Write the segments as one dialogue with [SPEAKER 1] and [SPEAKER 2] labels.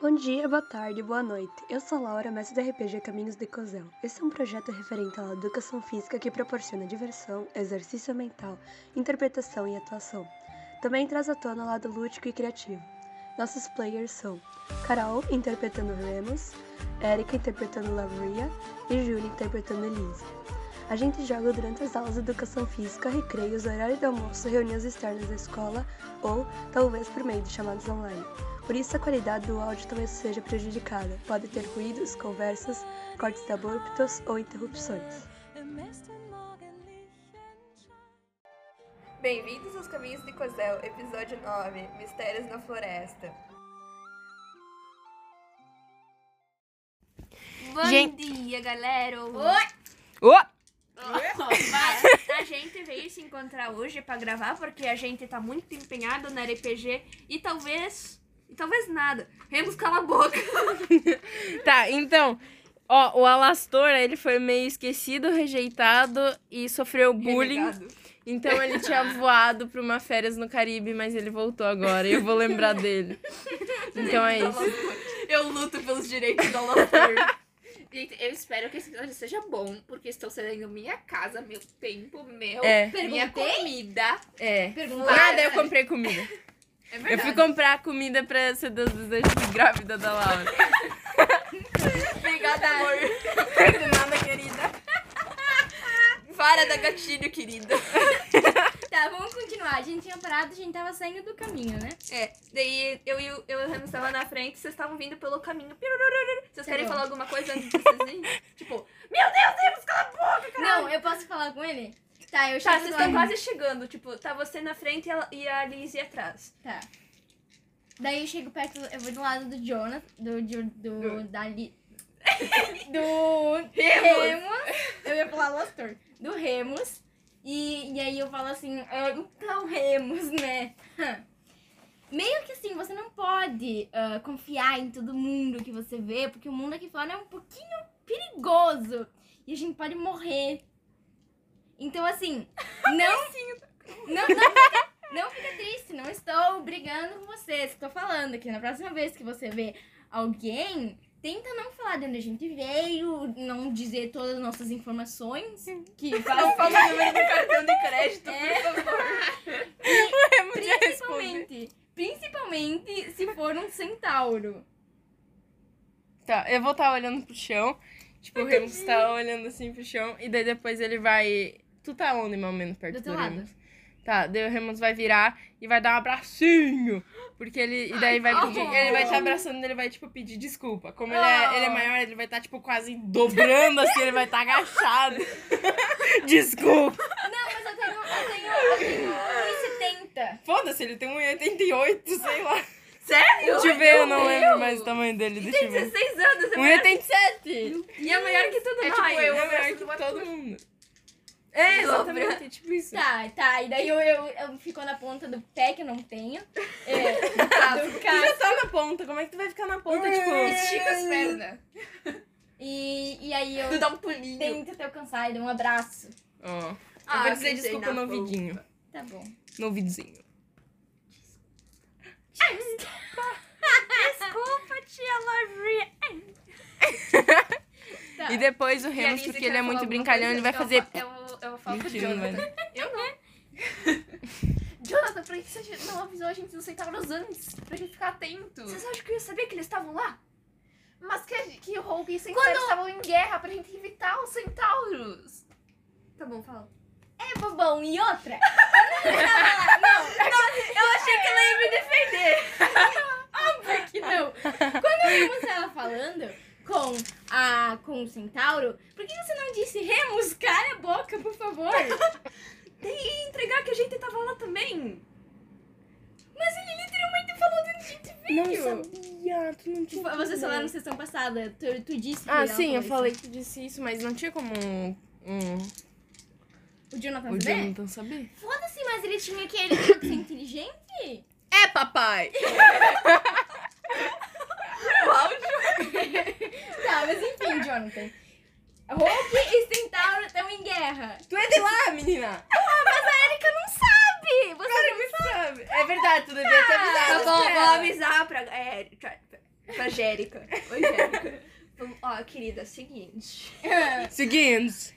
[SPEAKER 1] Bom dia, boa tarde, boa noite. Eu sou Laura, mestre do RPG Caminhos de Cosel. Esse é um projeto referente à educação física que proporciona diversão, exercício mental, interpretação e atuação. Também traz à tona o lado lúdico e criativo. Nossos players são Carol, interpretando Remus, Erika, interpretando Lavria e Júlia, interpretando Elise. A gente joga durante as aulas de educação física, recreios, horário de almoço, reuniões externas da escola ou, talvez, por meio de chamadas online. Por isso, a qualidade do áudio talvez seja prejudicada. Pode ter ruídos, conversas, cortes abruptos ou interrupções.
[SPEAKER 2] Bem-vindos aos Caminhos de Cozel, episódio 9 Mistérios na Floresta.
[SPEAKER 3] Bom
[SPEAKER 4] Gente-
[SPEAKER 3] dia, galera!
[SPEAKER 4] Ô!
[SPEAKER 3] Vai, a gente veio se encontrar hoje pra gravar porque a gente tá muito empenhado na RPG e talvez. E talvez nada. Remos, cala a boca.
[SPEAKER 4] Tá, então, ó, o Alastor, né, ele foi meio esquecido, rejeitado e sofreu bullying.
[SPEAKER 3] Renegado.
[SPEAKER 4] Então ele tinha voado pra uma férias no Caribe, mas ele voltou agora e eu vou lembrar dele. Então é isso.
[SPEAKER 3] Eu luto pelos direitos da Lampor.
[SPEAKER 5] Gente, eu espero que esse episódio seja bom, porque estão cedendo minha casa, meu tempo, meu,
[SPEAKER 4] É.
[SPEAKER 5] minha comida.
[SPEAKER 4] É.
[SPEAKER 5] Perguntaram.
[SPEAKER 4] Nada, eu comprei comida.
[SPEAKER 5] É
[SPEAKER 4] Eu fui
[SPEAKER 5] verdade.
[SPEAKER 4] comprar comida pra ser dos desejos de grávida da Laura.
[SPEAKER 3] Obrigada, amor.
[SPEAKER 4] Nada, querida.
[SPEAKER 3] Vara da gatilho, querida.
[SPEAKER 6] Tá, vamos continuar. A gente tinha parado, a gente tava saindo do caminho, né?
[SPEAKER 3] É, daí eu e o, eu e o Ramos estavam na frente, vocês estavam vindo pelo caminho. Pirurururu.
[SPEAKER 5] Tá
[SPEAKER 3] Vocês querem
[SPEAKER 6] bom.
[SPEAKER 3] falar alguma coisa antes de vocês irem? Tipo,
[SPEAKER 6] Não, eu posso falar com ele? Tá, eu
[SPEAKER 3] tá,
[SPEAKER 6] chego
[SPEAKER 3] vocês
[SPEAKER 6] agora.
[SPEAKER 3] estão quase chegando. Tipo, tá você na frente e, ela, e a Lizzie atrás.
[SPEAKER 6] Tá. Daí eu chego perto, eu vou do lado do Jonas, do... do, do da Li... do... Remus. Eu ia falar Lostor. Do Remus. E, e aí eu falo assim, "Ah, então Remus, né? Hã. Meio que assim, você não pode ah, confiar em todo mundo que você vê, porque o mundo aqui fora é um pouquinho perigoso. E a gente pode morrer. Então assim, não... Não, não não fica triste, não estou brigando com vocês. Estou falando que na próxima vez que você vê alguém, tenta não falar de onde a gente veio, não dizer todas as nossas informações. Que faz É.
[SPEAKER 3] Fala o número do cartão de crédito.
[SPEAKER 6] principalmente, principalmente se for um centauro.
[SPEAKER 4] Tá, eu vou estar olhando pro chão. Tipo, o Remus tá olhando assim pro chão. E daí depois ele vai. Tu tá onde, mais ou menos, perto
[SPEAKER 6] Do
[SPEAKER 4] do,
[SPEAKER 6] teu lado.
[SPEAKER 4] Remus? Tá, daí o Remus vai virar e vai dar um abracinho. Porque ele. E daí vai pedir. Ele vai te abraçando e ele vai, tipo, pedir desculpa. Como ele, é, ele é maior, ele vai estar, tipo, quase dobrando assim, ele vai estar agachado. desculpa!
[SPEAKER 6] Não, mas eu tenho, eu tenho, eu tenho 1,70.
[SPEAKER 4] Foda-se, ele tem 1,88, sei lá.
[SPEAKER 3] Sério?
[SPEAKER 4] Deixa eu ver, eu não lembro mais o tamanho dele, deixa eu ver.
[SPEAKER 3] 16 anos.
[SPEAKER 5] Hum.
[SPEAKER 4] 1,87!
[SPEAKER 3] E é maior que tudo
[SPEAKER 4] É
[SPEAKER 3] nós.
[SPEAKER 4] tipo, eu é maior que todo mundo. É, exatamente, é tipo isso.
[SPEAKER 6] Tá, tá. E daí eu, eu, eu fico na ponta do pé que eu não tenho. É, do
[SPEAKER 4] Tu
[SPEAKER 6] cara.
[SPEAKER 4] já tá na ponta, como é que tu vai ficar na ponta, tipo...
[SPEAKER 5] Estica as pernas.
[SPEAKER 6] E, e aí eu
[SPEAKER 3] Tu dá um pulinho.
[SPEAKER 6] tento te alcançar e dou um abraço.
[SPEAKER 4] Ó, eu
[SPEAKER 3] Ah,
[SPEAKER 4] vou dizer
[SPEAKER 3] pensei
[SPEAKER 4] desculpa
[SPEAKER 3] na
[SPEAKER 4] no ouvidinho.
[SPEAKER 6] Tá bom.
[SPEAKER 4] No ouvidozinho.
[SPEAKER 3] Desculpa, tia Lavria.
[SPEAKER 6] Tá.
[SPEAKER 4] E depois o
[SPEAKER 3] E a
[SPEAKER 4] Remus,
[SPEAKER 3] Lizzie
[SPEAKER 4] porque
[SPEAKER 3] quer
[SPEAKER 4] ele é
[SPEAKER 3] falar
[SPEAKER 4] muito
[SPEAKER 3] alguma
[SPEAKER 4] brincalhão,
[SPEAKER 3] coisa?
[SPEAKER 4] ele vai fazer...
[SPEAKER 3] Eu, eu, eu falo pro
[SPEAKER 4] Mentira, né?
[SPEAKER 3] Jonathan.
[SPEAKER 4] velho.
[SPEAKER 3] né? Eu não.
[SPEAKER 5] Jonathan, por que você não avisou a gente dos centauros antes? Pra gente ficar atento.
[SPEAKER 3] Vocês acham que eu ia saber que eles estavam lá?
[SPEAKER 5] Mas que, que Hulk
[SPEAKER 4] é
[SPEAKER 5] e centauros estavam em guerra pra gente evitar os centauros.
[SPEAKER 3] Tá bom, fala.
[SPEAKER 6] É bobão. E outra? Eu não, não, não, eu achei que ela ia me defender. Óbvio que não. Quando eu Remus tava falando com, a, com o centauro, por que você não disse Remus, cala a boca, por favor?
[SPEAKER 3] E entregar que a gente tava lá também.
[SPEAKER 6] Mas ele literalmente falou de onde a gente veio.
[SPEAKER 4] sabia, tu não
[SPEAKER 6] Tipo, Vocês falaram na sessão passada, tu, tu disse que
[SPEAKER 4] Ah,
[SPEAKER 6] ela
[SPEAKER 4] sim, eu
[SPEAKER 6] falou
[SPEAKER 4] falei que tu disse isso, mas não tinha como um, um,
[SPEAKER 6] isso. O Jonathan
[SPEAKER 4] o
[SPEAKER 6] Zé?
[SPEAKER 4] Jonathan saber.
[SPEAKER 6] Foda-se, mas ele tinha que ele tinha que ser inteligente.
[SPEAKER 4] É, papai!
[SPEAKER 6] Tá, mas enfim, Jonathan. Hulk e Centauro estão em guerra.
[SPEAKER 4] Tu é de lá, menina!
[SPEAKER 6] Ah, Erika não sabe! Você Ah, tá
[SPEAKER 4] Sabe? É verdade, tu devia ter
[SPEAKER 3] Tá
[SPEAKER 4] avisado.
[SPEAKER 3] bom, vou avisar pra. É,
[SPEAKER 2] Pra Jérica.
[SPEAKER 3] Oi, Jéssica. Vamos- Ó, querida, é o seguinte.
[SPEAKER 4] Seguinte.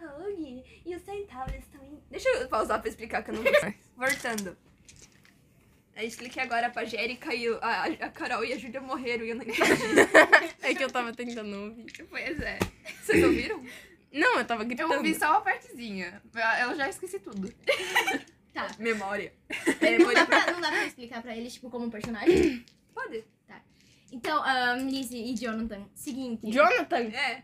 [SPEAKER 3] Hug e os centauros estão em...
[SPEAKER 2] Deixa eu pausar pra explicar que eu não Voltando. Eu expliquei agora pra Jérica e o- a, a Carol e a Júlia morreram e eu não entendi.
[SPEAKER 4] É que eu tava tentando ouvir.
[SPEAKER 5] Pois é.
[SPEAKER 2] Vocês ouviram?
[SPEAKER 4] Não, eu tava
[SPEAKER 5] Eu
[SPEAKER 4] gritando.
[SPEAKER 5] ouvi só uma partezinha. Eu já esqueci tudo.
[SPEAKER 2] Memória.
[SPEAKER 6] Não dá, pra, não dá pra explicar pra eles, tipo, como personagem?
[SPEAKER 2] Pode.
[SPEAKER 6] Então, ahn, Lizzie e Jonathan, seguinte.
[SPEAKER 4] Jonathan,
[SPEAKER 2] É.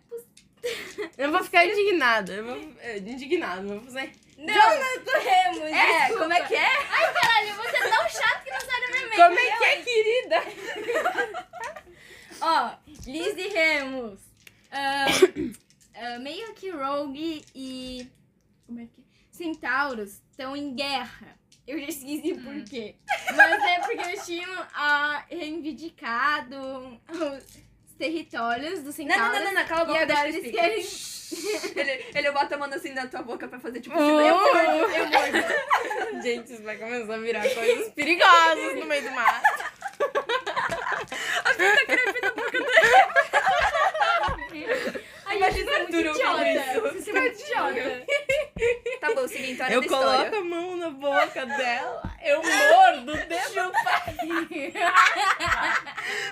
[SPEAKER 4] eu vou ficar indignada. Eu vou... é, Indignada, eu vou fazer.
[SPEAKER 6] Não, Jonathan Remos!
[SPEAKER 2] É,
[SPEAKER 6] desculpa.
[SPEAKER 2] como é que é?
[SPEAKER 6] Ai, caralho, você é tão chato que não sabe o meu e-mail.
[SPEAKER 4] Como é que é, querida?
[SPEAKER 6] Ó, Lizzie Remos. ahn, ahn, ah, meio que Rogue e. Como é que é? Centauros estão em guerra. Eu já esqueci
[SPEAKER 2] Hum.
[SPEAKER 6] por quê. Mas é porque eles tinham ah, reivindicado os territórios dos
[SPEAKER 2] Não, não,
[SPEAKER 6] centauros.
[SPEAKER 2] não, não, não, cala a
[SPEAKER 6] E
[SPEAKER 2] boca,
[SPEAKER 6] agora
[SPEAKER 2] deixa eu
[SPEAKER 6] eles
[SPEAKER 2] explicar.
[SPEAKER 6] querem.
[SPEAKER 2] Ele, ele bota a mão assim na tua boca pra fazer tipo...
[SPEAKER 4] Oh. eu morro. Gente, isso vai começar a virar coisas perigosas no meio do mar.
[SPEAKER 6] Ai, Imagina
[SPEAKER 4] o Arthur ouvindo
[SPEAKER 6] Você é muito idiota.
[SPEAKER 2] Tá bom, seguinte, hora
[SPEAKER 4] Eu
[SPEAKER 2] da
[SPEAKER 4] coloco
[SPEAKER 2] história.
[SPEAKER 4] a mão na boca dela, eu mordo o dedo.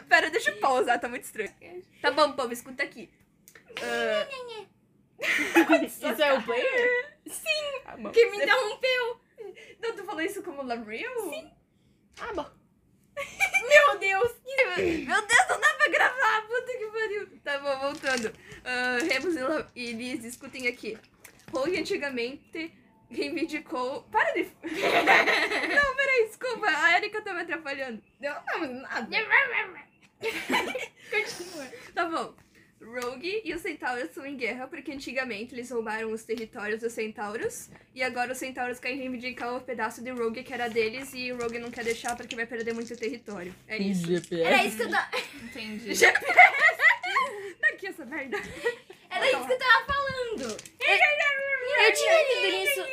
[SPEAKER 2] Pera, deixa eu pausar, tá muito estranho. Tá bom, povo, escuta aqui. Ah,
[SPEAKER 4] Isso é o player? Sim. Ah, bom.
[SPEAKER 6] Que me um, interrompeu.
[SPEAKER 2] não, tu falou isso como Love Real? Sim.
[SPEAKER 4] Ah, bom.
[SPEAKER 2] Meu Deus! que- Meu Deus, não dá pra gravar! Puta que pariu! Tá bom, voltando. Ah, Remus e La- e Liz discutem aqui. Rogue antigamente reivindicou. Para de. não, peraí, desculpa, a Erika tá me atrapalhando.
[SPEAKER 6] Não, nada. Continua.
[SPEAKER 2] Tá bom. Rogue e os centauros estão em guerra porque antigamente eles roubaram os territórios dos centauros e agora os centauros querem reivindicar o pedaço de Rogue que era deles e o Rogue não quer deixar porque vai perder muito território. É isso.
[SPEAKER 6] Era
[SPEAKER 4] GPS.
[SPEAKER 6] isso que eu tava,
[SPEAKER 5] Entendi.
[SPEAKER 2] Tá aqui essa merda.
[SPEAKER 6] era isso que eu tava falando. Eu
[SPEAKER 4] tinha lido disso.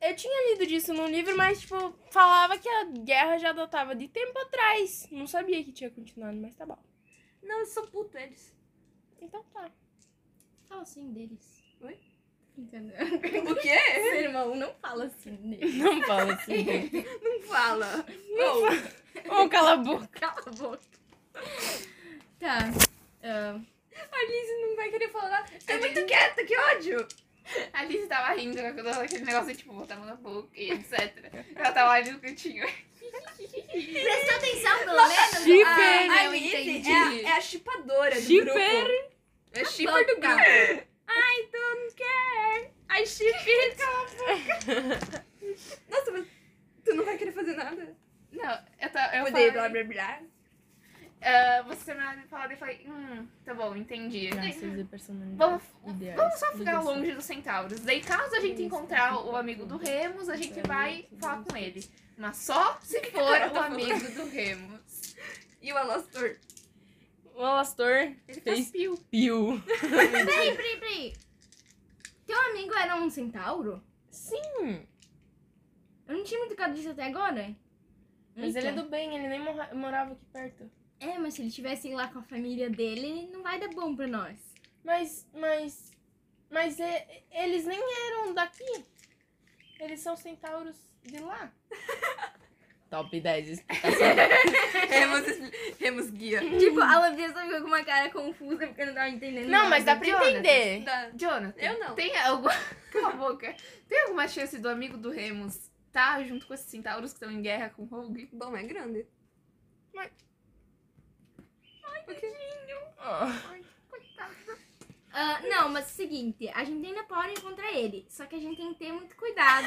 [SPEAKER 4] Eu tinha lido disso num livro, mas, tipo, falava que a guerra já datava de tempo atrás. Não sabia que tinha continuado, mas tá bom.
[SPEAKER 2] Não, eu sou puto, eles.
[SPEAKER 4] Então tá.
[SPEAKER 6] Fala assim deles.
[SPEAKER 2] Oi?
[SPEAKER 6] Entendeu?
[SPEAKER 2] O quê?
[SPEAKER 6] Seu irmão não fala assim deles.
[SPEAKER 4] Não fala assim.
[SPEAKER 2] Não fala.
[SPEAKER 4] Ô, cala a boca.
[SPEAKER 6] Cala a boca. Tá. ahn,
[SPEAKER 2] A Liz não vai querer falar. Tá muito quieta, que ódio!
[SPEAKER 5] A Alice tava rindo né, quando ela aquele negócio de tipo botar a mão na boca e etc. Ela tava ali no cantinho.
[SPEAKER 6] prestou atenção, pelo menos?
[SPEAKER 4] Shipper.
[SPEAKER 6] Ah, eu
[SPEAKER 2] Liz
[SPEAKER 6] entendi.
[SPEAKER 2] É, a- é a chipadora do
[SPEAKER 4] Shipper.
[SPEAKER 2] grupo. É a shipper do grupo. I don't care. I ship it. Nossa, mas tu não vai querer fazer nada?
[SPEAKER 5] Não, eu tava. Eu
[SPEAKER 2] Poder, blá,
[SPEAKER 5] falei,
[SPEAKER 2] blá, blá.
[SPEAKER 5] ah, você terminava de falar e eu falei, hum, tá bom, entendi. Vamos, vamos só ficar
[SPEAKER 4] assim.
[SPEAKER 5] longe dos centauros. Daí, caso a gente encontrar o amigo do Remus, a gente vai falar com ele. Mas só se for o amigo do Remus.
[SPEAKER 2] E o Alastor.
[SPEAKER 4] O Alastor
[SPEAKER 5] Ele faz
[SPEAKER 4] fez
[SPEAKER 5] pio.
[SPEAKER 4] piu.
[SPEAKER 6] Peraí, peraí, peraí. Teu amigo era um centauro?
[SPEAKER 4] Sim.
[SPEAKER 6] Eu não tinha muito cara disso até agora.
[SPEAKER 4] Mas
[SPEAKER 6] Eita.
[SPEAKER 4] ele é do bem, ele nem morra- morava aqui perto.
[SPEAKER 6] É, mas se ele estivesse lá com a família dele, não vai dar bom pra nós.
[SPEAKER 4] Mas, mas, mas e- eles nem eram daqui. Eles são centauros de lá. Top 10.
[SPEAKER 2] Remos, Remos guia.
[SPEAKER 6] Tipo, a Lavia só ficou com uma cara confusa porque eu não tava entendendo.
[SPEAKER 4] Não, mas dá pra
[SPEAKER 5] Jonathan.
[SPEAKER 4] entender.
[SPEAKER 2] Da-
[SPEAKER 5] Jonathan,
[SPEAKER 2] Eu não.
[SPEAKER 5] Tem alguma. Cala a boca. Tem alguma chance do amigo do Remus tá junto com esses centauros que estão em guerra com o Rogue?
[SPEAKER 2] Bom, é grande.
[SPEAKER 4] Ah,
[SPEAKER 6] Ah, não, mas é o seguinte, a gente ainda pode encontrar ele, só que a gente tem que ter muito cuidado.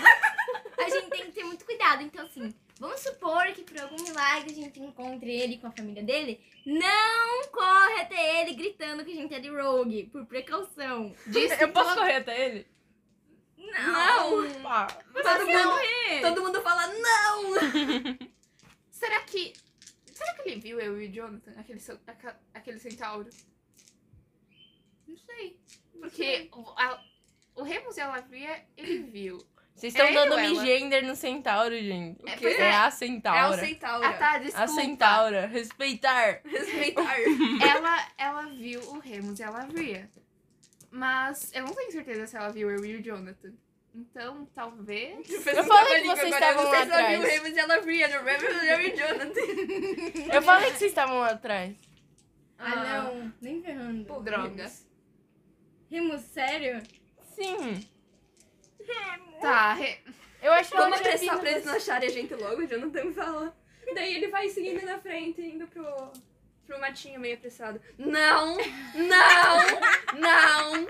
[SPEAKER 6] a gente tem que ter muito cuidado, então assim, vamos supor que por algum milagre a gente encontre ele com a família dele, não corre até ele gritando que a gente é de rogue, por precaução.
[SPEAKER 5] Diz que
[SPEAKER 4] Eu posso
[SPEAKER 5] todo-
[SPEAKER 4] correr até ele?
[SPEAKER 6] Não!
[SPEAKER 4] Pá.
[SPEAKER 2] Todo mundo, todo mundo fala não!
[SPEAKER 5] Será que. Será que ele viu eu e o Jonathan? Aquele, cen- aca- aquele centauro? Não sei. Porque o, a- o Remus e a Lavia, ele viu.
[SPEAKER 4] Vocês estão
[SPEAKER 5] É
[SPEAKER 4] dando
[SPEAKER 5] ele ou ela?
[SPEAKER 4] migender no centauro, gente.
[SPEAKER 2] É,
[SPEAKER 4] É,
[SPEAKER 2] pois
[SPEAKER 5] é.
[SPEAKER 4] a
[SPEAKER 2] É o
[SPEAKER 4] centaura.
[SPEAKER 2] Centauro.
[SPEAKER 5] Ah, tá, desculpa.
[SPEAKER 4] a centaura. Respeitar.
[SPEAKER 2] Respeitar.
[SPEAKER 5] Ela, ela viu o Remus e ela via. Mas eu não tenho certeza se ela viu eu e o Jonathan. Então, talvez.
[SPEAKER 4] Eu falei que vocês estavam lá
[SPEAKER 2] Vocês sabiam o
[SPEAKER 4] atrás.
[SPEAKER 2] Remus e ela Ria, não Remus, eu e Jonathan.
[SPEAKER 4] Eu falei que vocês estavam lá atrás.
[SPEAKER 6] Ah, não. Nem ferrando.
[SPEAKER 2] Pô, droga.
[SPEAKER 4] É.
[SPEAKER 6] Rimos, sério?
[SPEAKER 4] Sim.
[SPEAKER 5] Tá, re-
[SPEAKER 4] Eu acho que eu
[SPEAKER 2] Vamos
[SPEAKER 4] não tinha
[SPEAKER 2] apressar
[SPEAKER 4] visto
[SPEAKER 2] pra eles
[SPEAKER 4] vocês.
[SPEAKER 2] não acharem a gente logo, o Jonathan me fala. Daí ele vai seguindo na frente, indo pro, pro matinho meio apressado. Não! Não! Não!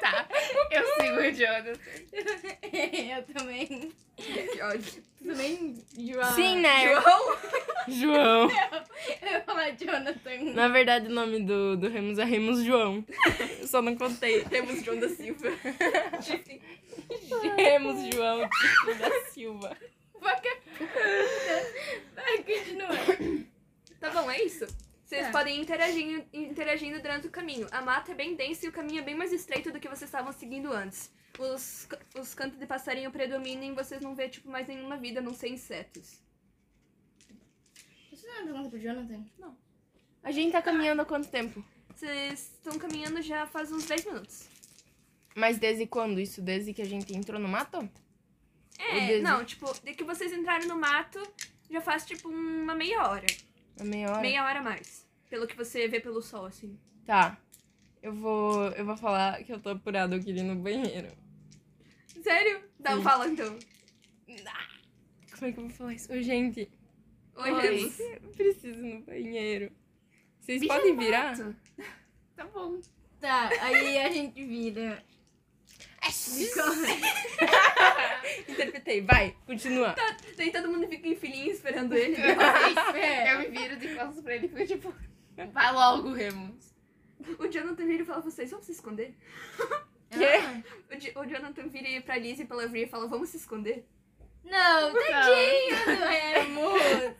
[SPEAKER 5] tá. Eu sigo o Jonathan.
[SPEAKER 6] eu também.
[SPEAKER 2] Que ódio.
[SPEAKER 6] Também, João.
[SPEAKER 4] Sim, né?
[SPEAKER 2] João!
[SPEAKER 4] João.
[SPEAKER 6] Eu ia falar Jonathan.
[SPEAKER 4] Na verdade, o nome do, do Remus é Remus João. Eu só não contei.
[SPEAKER 2] Temos João da Silva.
[SPEAKER 4] Remus João tipo da Silva.
[SPEAKER 6] Vai, continua.
[SPEAKER 2] Tá bom, é isso. Vocês
[SPEAKER 6] Tá.
[SPEAKER 2] podem ir interagindo, interagindo durante o caminho. A mata é bem densa e o caminho é bem mais estreito do que vocês estavam seguindo antes. Os, ca- os cantos de passarinho predominam e vocês não vê, tipo, mais nenhuma vida, a não ser insetos.
[SPEAKER 6] Você não pergunta pro Jonathan?
[SPEAKER 4] A gente tá caminhando há quanto tempo?
[SPEAKER 2] Vocês estão caminhando já faz uns 10 minutos.
[SPEAKER 4] Mas desde quando isso? Desde que a gente entrou no mato? Ou
[SPEAKER 2] É,
[SPEAKER 4] desde-
[SPEAKER 2] não, tipo, de que vocês entraram no mato, já faz, tipo, uma meia hora.
[SPEAKER 4] A meia hora?
[SPEAKER 2] Meia hora a mais. Pelo que você vê pelo sol, assim.
[SPEAKER 4] Tá. Eu vou, eu vou falar que eu tô apurada, eu queria ir no banheiro.
[SPEAKER 2] Sério? Dá um fala, então.
[SPEAKER 4] Como é que eu vou falar isso? Ô, gente,
[SPEAKER 2] Oi,
[SPEAKER 5] Oi.
[SPEAKER 2] Jesus.
[SPEAKER 4] eu preciso ir no banheiro. Vocês
[SPEAKER 2] é
[SPEAKER 4] podem
[SPEAKER 2] um
[SPEAKER 4] virar?
[SPEAKER 5] Tá bom.
[SPEAKER 6] Tá, aí a gente vira.
[SPEAKER 4] Interpretei, vai, continua.
[SPEAKER 2] Daí todo mundo fica em filhinho esperando ele.
[SPEAKER 6] É.
[SPEAKER 5] Eu me viro de costas pra ele e fico tipo. Vai logo, Remus.
[SPEAKER 2] O Jonathan vira e fala pra vocês, vamos se esconder?
[SPEAKER 6] Ah.
[SPEAKER 2] O, Di- o Jonathan vira pra Liz e pra Lavria e fala, vamos se esconder?
[SPEAKER 6] Não, tadinho do Remo.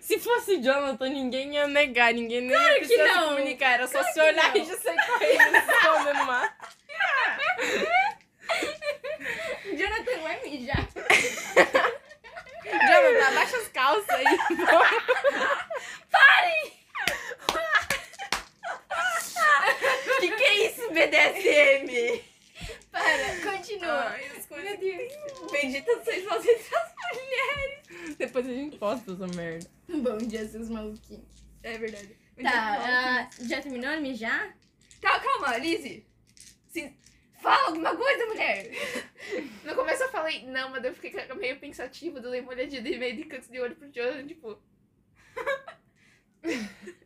[SPEAKER 4] Se fosse Jonathan, ninguém ia negar, ninguém nem ia precisar se
[SPEAKER 6] não.
[SPEAKER 4] comunicar. Era só se olhar e já sair correndo, se esconder no mato.
[SPEAKER 6] Jonathan vai mijar.
[SPEAKER 4] Jonathan, abaixa as calças aí. Parem! que que é isso, BDSM?
[SPEAKER 6] Para, continua. Meu Deus.
[SPEAKER 2] Bendita vocês fazem isso.
[SPEAKER 4] Depois a gente posta essa merda.
[SPEAKER 6] Bom dia, seus maluquinhos.
[SPEAKER 2] É verdade. O Jonathan-
[SPEAKER 6] Tá, ah, já terminou de mijar?
[SPEAKER 2] Tá, calma, Liz. Se- Fala alguma coisa, mulher.
[SPEAKER 5] No começo eu falei não, mas daí eu fiquei meio pensativa, eu dei uma olhadinha e meio de canto de olho pro Jonathan, tipo.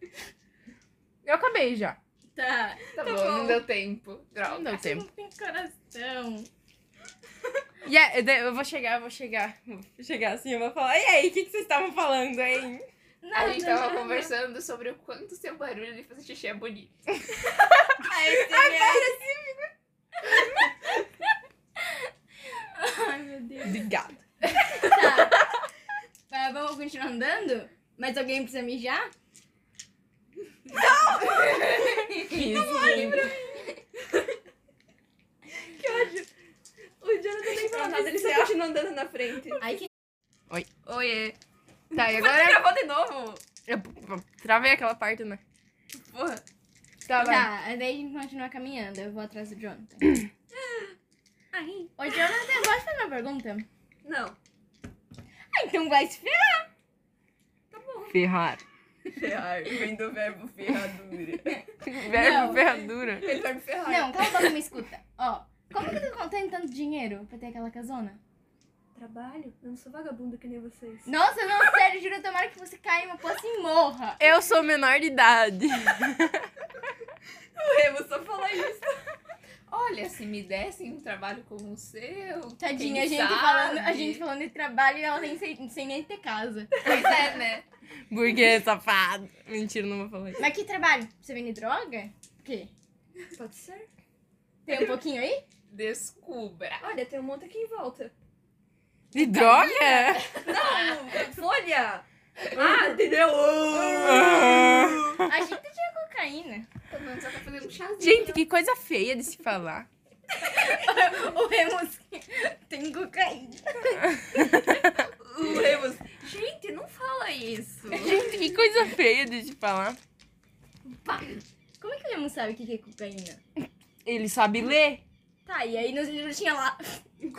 [SPEAKER 4] Eu acabei já.
[SPEAKER 6] Tá.
[SPEAKER 5] Tá, bom, não deu tempo. Droga.
[SPEAKER 4] Não deu tempo.
[SPEAKER 6] Não tem coração.
[SPEAKER 4] Yeah, é, eu de- eu vou chegar, eu vou chegar. Vou chegar assim, eu vou falar. E aí, o que, que vocês estavam falando, hein?
[SPEAKER 5] A gente tava conversando sobre o quanto seu barulho de fazer xixi é bonito.
[SPEAKER 6] Ah, é Ai, meu Deus.
[SPEAKER 4] Obrigada.
[SPEAKER 6] Tá. Ah, vamos continuar andando? Mas alguém precisa mijar?
[SPEAKER 4] Que isso, gente.
[SPEAKER 2] O Jonathan nem fala nada, ele só continua andando na frente.
[SPEAKER 6] Ai, que...
[SPEAKER 2] Oiê.
[SPEAKER 4] Tá, e
[SPEAKER 2] é. Agora
[SPEAKER 4] agora.
[SPEAKER 2] gravou de novo.
[SPEAKER 4] Eu, travei aquela parte, né?
[SPEAKER 2] Porra.
[SPEAKER 4] Tá, vai.
[SPEAKER 6] Tá, daí a gente continua caminhando. Eu vou atrás do Jonathan. Ô, Jonathan, posso fazer uma pergunta?
[SPEAKER 2] Não.
[SPEAKER 6] Ah, então vai se ferrar.
[SPEAKER 4] Ferrar.
[SPEAKER 2] Ferrar. Vem do verbo ferradura.
[SPEAKER 4] Verbo ferradura.
[SPEAKER 2] Ele vai me ferrar.
[SPEAKER 6] Não, cala a boca e me escuta. Ó, como que tu contém tanto dinheiro pra ter aquela casona?
[SPEAKER 2] Trabalho? Eu não sou vagabunda que nem vocês.
[SPEAKER 6] Nossa, não, sério, juro, tomara que você caia em uma poça e morra.
[SPEAKER 4] Eu sou menor de idade.
[SPEAKER 2] O Remo só fala isso.
[SPEAKER 5] Olha, se me dessem um trabalho como o seu.
[SPEAKER 6] Tadinha,
[SPEAKER 5] quem
[SPEAKER 6] a gente,
[SPEAKER 5] sabe?
[SPEAKER 6] falando, a gente falando de trabalho e ela nem, sem, sem nem ter casa.
[SPEAKER 5] Pois é, né?
[SPEAKER 4] Burguês, safado. Mentira, não vou falar isso.
[SPEAKER 6] Mas que trabalho? Você vende droga? O quê?
[SPEAKER 2] Pode ser.
[SPEAKER 6] Tem um pouquinho aí?
[SPEAKER 5] Descubra.
[SPEAKER 2] Olha, tem um monte aqui em volta.
[SPEAKER 4] De droga?
[SPEAKER 2] Não! Folha! Ah, entendeu? Uh!
[SPEAKER 6] A gente tinha cocaína.
[SPEAKER 5] Pelo menos ela tá fazendo um chazinho.
[SPEAKER 4] Gente, que coisa feia de se falar.
[SPEAKER 6] o Remus tem cocaína.
[SPEAKER 2] O Remus. Gente, não fala isso.
[SPEAKER 4] Gente, que coisa feia de te falar.
[SPEAKER 6] Como é que o Remus sabe o que que é cocaína?
[SPEAKER 4] Ele sabe ler.
[SPEAKER 6] Tá, e aí nos livros tinha lá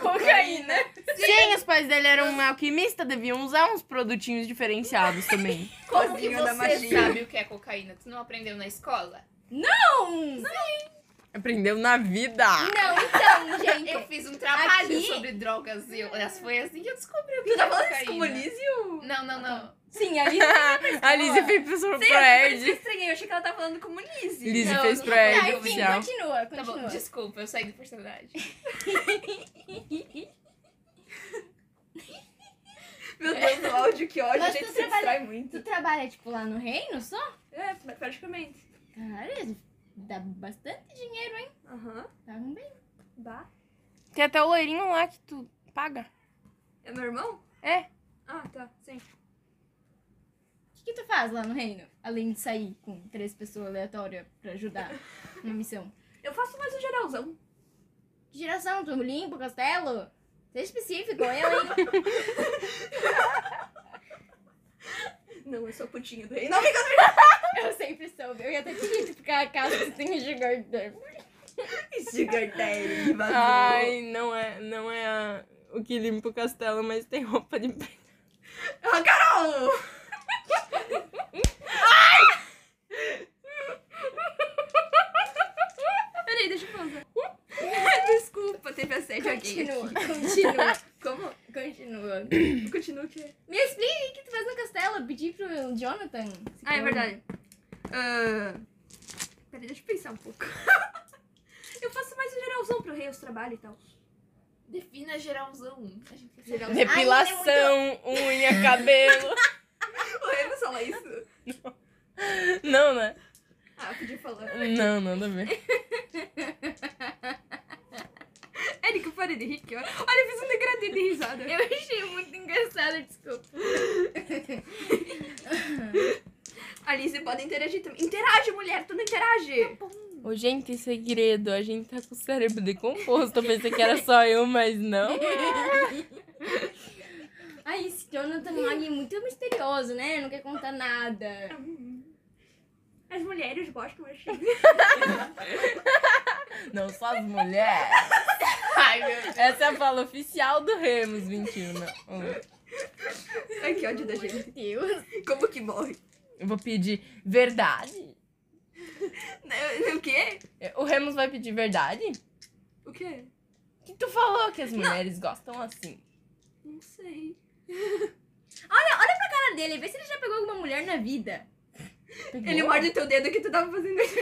[SPEAKER 6] cocaína.
[SPEAKER 4] Sim, os pais dele eram um alquimista, deviam usar uns produtinhos diferenciados também.
[SPEAKER 5] Como que
[SPEAKER 2] Cozinha da
[SPEAKER 5] você
[SPEAKER 2] magia.
[SPEAKER 5] sabe o que é cocaína? Tu não aprendeu na escola?
[SPEAKER 6] Não!
[SPEAKER 4] Aprendeu na vida.
[SPEAKER 6] Não, então, gente.
[SPEAKER 5] Eu fiz um trabalho
[SPEAKER 6] Aqui-
[SPEAKER 5] sobre drogas e eu, foi assim que eu descobri o que
[SPEAKER 2] Tu tá
[SPEAKER 5] é
[SPEAKER 2] falando isso com o
[SPEAKER 5] cocaína.
[SPEAKER 2] Lísio?
[SPEAKER 5] Não, não, não.
[SPEAKER 6] Sim, ali
[SPEAKER 4] A Lizzie fez pro pro
[SPEAKER 2] Sim, eu
[SPEAKER 4] Ed.
[SPEAKER 2] estranhei, eu achei que ela tava falando como Lizzie.
[SPEAKER 4] Lizzie
[SPEAKER 5] Não,
[SPEAKER 4] fez
[SPEAKER 5] não
[SPEAKER 4] pro
[SPEAKER 5] dá.
[SPEAKER 6] Tá,
[SPEAKER 4] Ed
[SPEAKER 6] enfim,
[SPEAKER 4] oficial.
[SPEAKER 6] continua,
[SPEAKER 5] Tá bom,
[SPEAKER 6] continua.
[SPEAKER 5] desculpa, eu saí do personagem.
[SPEAKER 2] Meu Deus, o áudio que ódio, a
[SPEAKER 6] Mas
[SPEAKER 2] gente
[SPEAKER 6] tu
[SPEAKER 2] se distrai
[SPEAKER 6] trabalha-
[SPEAKER 2] muito.
[SPEAKER 6] tu trabalha, tipo, lá no reino só?
[SPEAKER 2] É, praticamente.
[SPEAKER 6] Cara, dá bastante dinheiro, hein?
[SPEAKER 2] Aham.
[SPEAKER 6] Pagam bem.
[SPEAKER 2] Bah.
[SPEAKER 4] Tem até o loirinho lá que tu paga.
[SPEAKER 2] É meu irmão?
[SPEAKER 4] É.
[SPEAKER 2] Ah, tá. Sim.
[SPEAKER 6] O que, que tu faz lá no reino? Além de sair com três pessoas aleatórias pra ajudar na missão.
[SPEAKER 2] Eu faço mais um geralzão.
[SPEAKER 6] Que geração? Tu limpa o castelo? Seja específico, eu, hein?
[SPEAKER 2] Não, eu sou putinha do rei. Não, amiga.
[SPEAKER 6] eu sempre soube. Eu ia até te dito, porque a casa que tem o jogador.
[SPEAKER 2] Sugar Daddy, vazou.
[SPEAKER 4] Ai, não é, não é a- o que limpa o castelo, mas tem roupa de pé.
[SPEAKER 2] Ah, Carol! Ai! Peraí, deixa eu pausar. Hum? Desculpa, teve assédio aqui.
[SPEAKER 6] Continua, continua,
[SPEAKER 2] Como?
[SPEAKER 6] continua.
[SPEAKER 2] Continua o quê?
[SPEAKER 6] Me explica o que tu faz no castelo. Eu pedi pro Jonathan.
[SPEAKER 2] Ah, é verdade. Ah, Peraí, deixa eu pensar um pouco. Eu faço mais um geralzão pro rei, os trabalhos e tal.
[SPEAKER 5] Defina geralzão. um. A gente quer saber.
[SPEAKER 2] Geralzão.
[SPEAKER 4] é Depilação, unha, cabelo.
[SPEAKER 2] O rei vai falar é isso.
[SPEAKER 4] Não, né?
[SPEAKER 2] Ah, eu podia falar.
[SPEAKER 4] Não, nada a ver.
[SPEAKER 2] Érica, eu parei de rir aqui, ó. Olha, eu fiz um degradê de risada.
[SPEAKER 6] Eu achei muito engraçado, desculpa.
[SPEAKER 2] A Lizzie pode interagir também. Interage, mulher, tu não interage.
[SPEAKER 4] Ô, gente, é segredo, a gente tá com o cérebro decomposto. Eu pensei que era só eu, mas não.
[SPEAKER 6] Ai, Ah, esse Jonathan Mag é muito misterioso, né? Não quer contar nada.
[SPEAKER 2] As mulheres gostam, eu achei.
[SPEAKER 4] Não, só as mulheres.
[SPEAKER 5] Ai, meu Deus.
[SPEAKER 4] Essa é a fala oficial do Remos 21. Ó,
[SPEAKER 2] Ai, que ódio da gente.
[SPEAKER 6] Meu Deus.
[SPEAKER 2] Como que morre?
[SPEAKER 4] Eu vou pedir verdade.
[SPEAKER 2] Né, O quê?
[SPEAKER 4] O Remos vai pedir verdade?
[SPEAKER 2] O quê?
[SPEAKER 4] O que tu falou que as mulheres gostam assim?
[SPEAKER 2] Não sei.
[SPEAKER 6] Cara dele, vê se ele já pegou alguma mulher na vida.
[SPEAKER 4] Pegou?
[SPEAKER 2] Ele morde teu dedo que tu tava fazendo isso.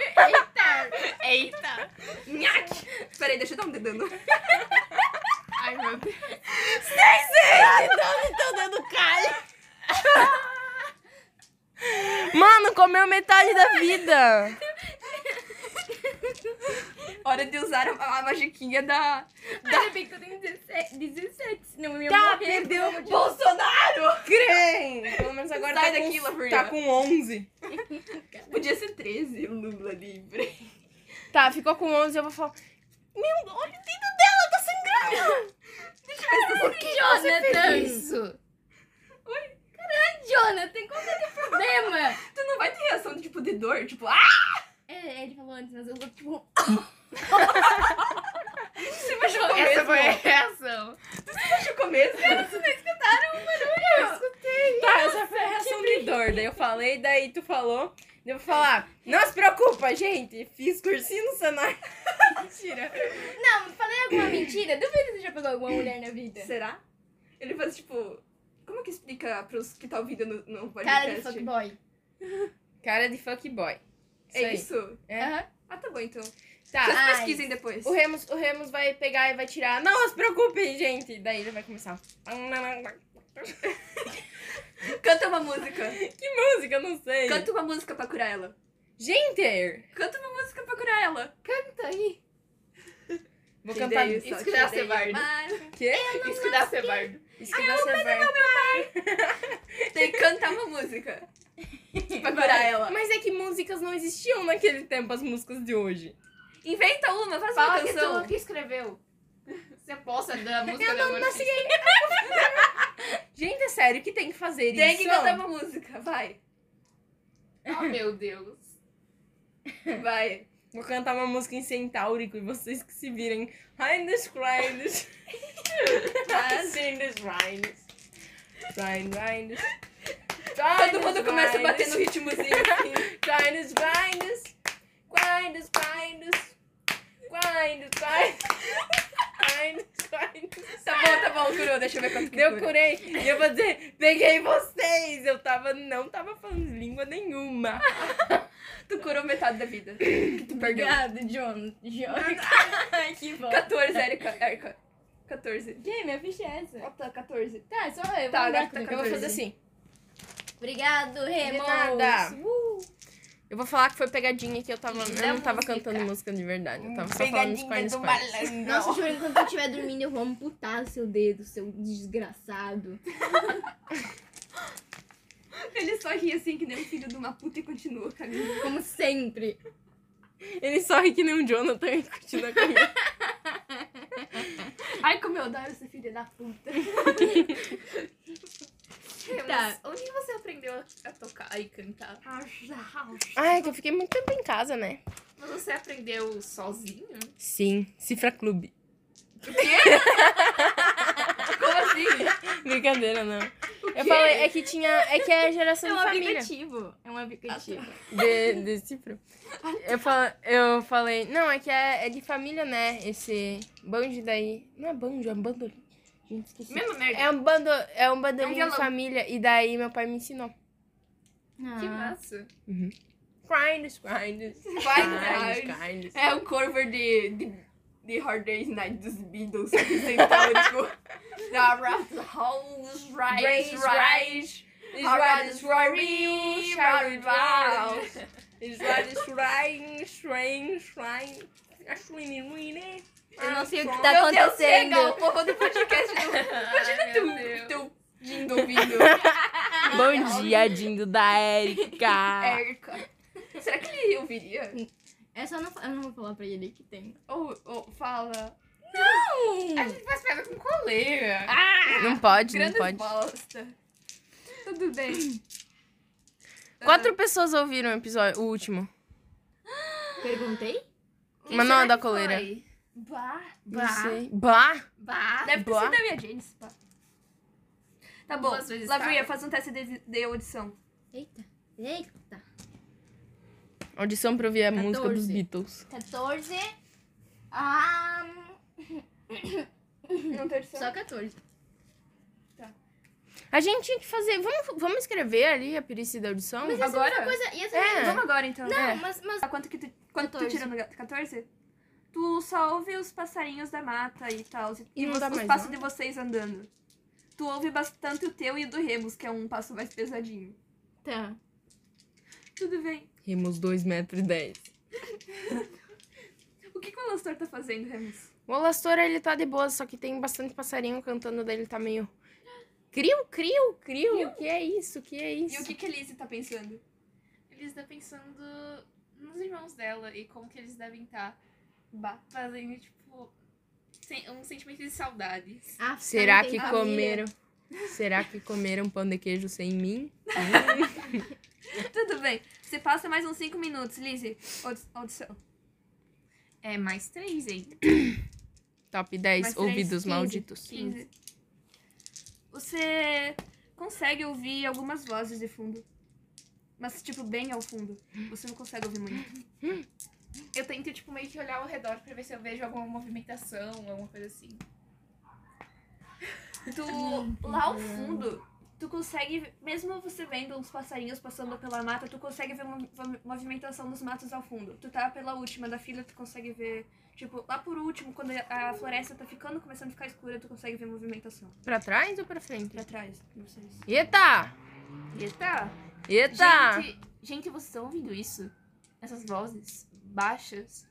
[SPEAKER 5] Eita.
[SPEAKER 2] Nhaque! Peraí, deixa eu dar um dedando.
[SPEAKER 5] Ai, meu Deus.
[SPEAKER 4] teu dedo cai. Mano, comeu metade da vida.
[SPEAKER 2] Hora de usar a, a magiquinha da...
[SPEAKER 6] Ainda bem que eu tenho 17, 17 senão eu ia
[SPEAKER 4] Tá,
[SPEAKER 6] morrer.
[SPEAKER 4] perdeu.
[SPEAKER 2] Bolsonaro!
[SPEAKER 4] Crem. Pelo menos agora
[SPEAKER 2] Sai
[SPEAKER 4] tá,
[SPEAKER 2] daqui,
[SPEAKER 4] com,
[SPEAKER 2] Lavrinha.
[SPEAKER 4] tá com 11.
[SPEAKER 2] Podia ser 13, Lula livre.
[SPEAKER 4] Tá, ficou com 11 eu vou falar... Meu, olha o dedo dela, tá sangrando.
[SPEAKER 2] tá né,
[SPEAKER 6] Jonathan!
[SPEAKER 5] Isso.
[SPEAKER 6] Jonathan, qual que é o teu problema?
[SPEAKER 2] Tu não vai ter reação de tipo de dor, tipo, ah,
[SPEAKER 6] É, ele falou antes, mas eu tô tipo...
[SPEAKER 2] você machucou
[SPEAKER 5] Essa
[SPEAKER 2] mesmo.
[SPEAKER 5] foi a reação.
[SPEAKER 2] Machucou mesmo.
[SPEAKER 4] Tá, essa foi a reação de dor. Daí eu falei, daí tu falou. Daí eu vou falar, não se preocupa, gente. Fiz cursinho no Senai. Mentira.
[SPEAKER 6] Não, falei alguma mentira. Duvido que você já pegou alguma mulher na vida.
[SPEAKER 2] Será? Ele faz tipo... Como que explica pros que tá ouvindo no, no podcast?
[SPEAKER 6] Cara de fuckboy.
[SPEAKER 4] Cara de fuckboy.
[SPEAKER 2] É isso?
[SPEAKER 4] É.
[SPEAKER 6] Aham.
[SPEAKER 2] Ah, tá bom então.
[SPEAKER 4] Tá.
[SPEAKER 2] Vocês
[SPEAKER 6] Ai.
[SPEAKER 2] pesquisem depois.
[SPEAKER 4] O Remus, o Remus vai pegar e vai tirar. Não se preocupem, gente. Daí ele vai começar.
[SPEAKER 2] Canta uma música.
[SPEAKER 4] Que música, eu não sei.
[SPEAKER 2] Canta uma música pra curar ela.
[SPEAKER 4] Gente!
[SPEAKER 2] Canta uma música pra curar ela.
[SPEAKER 5] Canta aí.
[SPEAKER 4] Vou
[SPEAKER 2] Te
[SPEAKER 4] cantar.
[SPEAKER 2] dei
[SPEAKER 4] Isso
[SPEAKER 5] isso
[SPEAKER 2] só,
[SPEAKER 5] que
[SPEAKER 2] te
[SPEAKER 5] dá
[SPEAKER 2] dei
[SPEAKER 5] cebardo.
[SPEAKER 2] mais.
[SPEAKER 4] que,
[SPEAKER 5] Isso que dá ser bardo.
[SPEAKER 4] isso que você vai.
[SPEAKER 2] Tem que cantar uma música. pra curar ela.
[SPEAKER 4] Mas é que músicas não existiam naquele tempo, as músicas de hoje.
[SPEAKER 2] Inventa uma, faz uma
[SPEAKER 5] Fala que
[SPEAKER 2] canção.
[SPEAKER 5] tu que escreveu. Você aposta da música da Amor X.
[SPEAKER 4] Gente, é sério, o que tem que fazer
[SPEAKER 2] Tem
[SPEAKER 4] isso?
[SPEAKER 2] que cantar uma música, vai.
[SPEAKER 5] Oh, meu Deus.
[SPEAKER 2] Vai.
[SPEAKER 4] Vou cantar uma música em centaurico e vocês que se virem. Heindes, Heindes. Heindes, Heindes. Heindes,
[SPEAKER 2] Todo mundo começa a bater no ritmozinho assim.
[SPEAKER 4] Heindes, Heindes. Heindes, Heindes. Heindes, Heindes. Heindes,
[SPEAKER 2] Tá bom, tá bom, curou. Deixa eu ver quanto que
[SPEAKER 4] Eu
[SPEAKER 2] cura.
[SPEAKER 4] curei. E eu vou dizer, peguei vocês. Eu tava, não tava falando língua nenhuma.
[SPEAKER 2] Tu curou metade da vida. Que tu perdeu.
[SPEAKER 6] Obrigado, John. John. Ai, que bom.
[SPEAKER 2] 14, Erika. Erika. 14.
[SPEAKER 6] Gente, minha ficha é essa.
[SPEAKER 2] Falta 14.
[SPEAKER 6] Tá, só eu.
[SPEAKER 2] Tá, agora
[SPEAKER 6] vou andar
[SPEAKER 2] tá
[SPEAKER 6] com-
[SPEAKER 4] Eu vou
[SPEAKER 2] 14.
[SPEAKER 4] fazer assim.
[SPEAKER 6] Obrigado, Remo.
[SPEAKER 4] nada. Eu vou falar que foi pegadinha que eu tava. Eu não tava cantando música de verdade. Eu tava só falando Square Square.
[SPEAKER 6] Nossa, juro, enquanto eu estiver dormindo, eu vou amputar seu dedo, seu desgraçado.
[SPEAKER 2] Ele só ri assim que nem um filho de uma puta e continua caminhando.
[SPEAKER 6] Como sempre.
[SPEAKER 4] Ele sorri que nem um Jonathan e continua caminhando.
[SPEAKER 2] Ai, como eu adoro esse filho da puta.
[SPEAKER 5] Tá. Onde você aprendeu a, a tocar e cantar?
[SPEAKER 4] Ai, é que eu fiquei muito tempo em casa, né?
[SPEAKER 5] Mas você aprendeu sozinho?
[SPEAKER 4] Sim, Cifra Clube.
[SPEAKER 2] Como assim?
[SPEAKER 4] Brincadeira, não. Eu falei, é que tinha. É que é a geração
[SPEAKER 6] É um
[SPEAKER 4] de família.
[SPEAKER 6] aplicativo. É um aplicativo.
[SPEAKER 4] De, de Cifra. Eu, fal, eu falei, não, é que é, é de família, né? Esse banjo daí. Não é banjo, é um bandolim. Gente, esqueci.
[SPEAKER 5] Mesma merda.
[SPEAKER 4] É um, bando, é um bandolim
[SPEAKER 5] violão.
[SPEAKER 4] de família. E daí meu pai me ensinou.
[SPEAKER 6] Ah.
[SPEAKER 5] Que massa.
[SPEAKER 4] Grinds, grinds. Ah,
[SPEAKER 2] Vai, vai.
[SPEAKER 4] grinds.
[SPEAKER 2] É o cover de, de, de Hard Day's Night dos Beatles, que tipo, centaurico. Da Wrath House, Rise,
[SPEAKER 4] Raise,
[SPEAKER 2] Rise, Hard is Rory, Shout It Out.
[SPEAKER 4] Israel, shrine, shrine, shrine. A shrine, ruine.
[SPEAKER 6] Eu não sei o que
[SPEAKER 2] Meu
[SPEAKER 6] tá
[SPEAKER 2] Deus,
[SPEAKER 6] acontecendo.
[SPEAKER 2] chega, o povo do podcast tipo, do
[SPEAKER 5] Imagina
[SPEAKER 2] teu, teu jingle vindo.
[SPEAKER 4] Bom dia, Dindo da Erika.
[SPEAKER 2] Erika. Será que ele ouviria?
[SPEAKER 6] É só não, fa- eu não vou falar pra ele que tem.
[SPEAKER 2] Ou, ou fala...
[SPEAKER 5] A gente faz piada com colega.
[SPEAKER 4] Não pode, não
[SPEAKER 2] Grande
[SPEAKER 4] pode.
[SPEAKER 2] bosta. Tudo bem.
[SPEAKER 4] Quatro pessoas ouviram o episódio, o último.
[SPEAKER 6] Perguntei?
[SPEAKER 4] Mas não é da coleira.
[SPEAKER 2] Bah.
[SPEAKER 4] Não sei. Bah!
[SPEAKER 5] Bah.
[SPEAKER 2] Deve ter
[SPEAKER 4] Bah.
[SPEAKER 2] sido da minha Janice, pá. Tá bom,
[SPEAKER 5] Duas vezes
[SPEAKER 2] Lavria,
[SPEAKER 5] tá.
[SPEAKER 2] faz um teste de, de audição.
[SPEAKER 6] Eita. Eita.
[SPEAKER 4] Audição pra ouvir a música dos
[SPEAKER 6] 14.
[SPEAKER 4] Beatles.
[SPEAKER 6] 14. Ah,
[SPEAKER 2] Não tem audição.
[SPEAKER 6] só 14.
[SPEAKER 4] A gente tinha que fazer. Vamos, vamos escrever ali a perícia da audição?
[SPEAKER 2] Agora?
[SPEAKER 6] Coisa, ia ser
[SPEAKER 4] É.
[SPEAKER 2] Vamos agora, então.
[SPEAKER 6] Não,
[SPEAKER 2] É.
[SPEAKER 6] mas, mas
[SPEAKER 2] Ah, Quanto que tu, quanto tu
[SPEAKER 6] 14.
[SPEAKER 2] tirou no gato? 14? Tu só ouve os passarinhos da mata e tal. E,
[SPEAKER 4] Não
[SPEAKER 2] os,
[SPEAKER 4] dá
[SPEAKER 2] os
[SPEAKER 4] mais
[SPEAKER 2] passos
[SPEAKER 4] nada?
[SPEAKER 2] de vocês andando. Tu ouve bastante o teu e o do Remus, que é um passo mais pesadinho.
[SPEAKER 6] Tá.
[SPEAKER 2] Tudo bem.
[SPEAKER 4] Rimos 2 metros e 10.
[SPEAKER 2] O que, que o Alastor tá fazendo, Remus?
[SPEAKER 4] O Alastor, ele tá de boa, só que tem bastante passarinho cantando daí, ele tá meio... Criu, criu, criu, que é isso, que é
[SPEAKER 2] E o
[SPEAKER 4] isso?
[SPEAKER 2] que, que a Lizzie tá pensando?
[SPEAKER 5] Eles estão pensando nos irmãos dela e como que eles devem estar. Bah. Fazendo, tipo, sen- um sentimento de saudade.
[SPEAKER 6] Ah,
[SPEAKER 4] Será
[SPEAKER 6] não
[SPEAKER 4] que
[SPEAKER 6] tem família.
[SPEAKER 4] comeram... Será que comeram pão de queijo sem mim?
[SPEAKER 2] Tudo bem. Você passa mais uns 5 minutos, Lizzie. Audi- Audição.
[SPEAKER 5] É mais três, hein?
[SPEAKER 4] Top
[SPEAKER 2] Mais
[SPEAKER 4] 10
[SPEAKER 2] três,
[SPEAKER 4] ouvidos
[SPEAKER 2] 15.
[SPEAKER 4] malditos.
[SPEAKER 2] 15. Você consegue ouvir algumas vozes de fundo. Mas, tipo, bem ao fundo. Você não consegue ouvir muito.
[SPEAKER 5] Eu tento, tipo, meio que olhar ao redor pra ver se eu vejo alguma movimentação, alguma coisa assim.
[SPEAKER 2] Tu, lá ao fundo, tu consegue, mesmo você vendo uns passarinhos passando pela mata, tu consegue ver uma uma movimentação dos matos ao fundo. Tu tá pela última da fila, tu consegue ver, tipo, lá por último, quando a floresta tá ficando, começando a ficar escura, tu consegue ver movimentação.
[SPEAKER 4] Pra trás ou pra frente?
[SPEAKER 2] Pra trás, não sei se...
[SPEAKER 4] Eita!
[SPEAKER 5] Eita!
[SPEAKER 4] Eita!
[SPEAKER 5] Gente, gente, vocês estão ouvindo isso? Essas vozes baixas.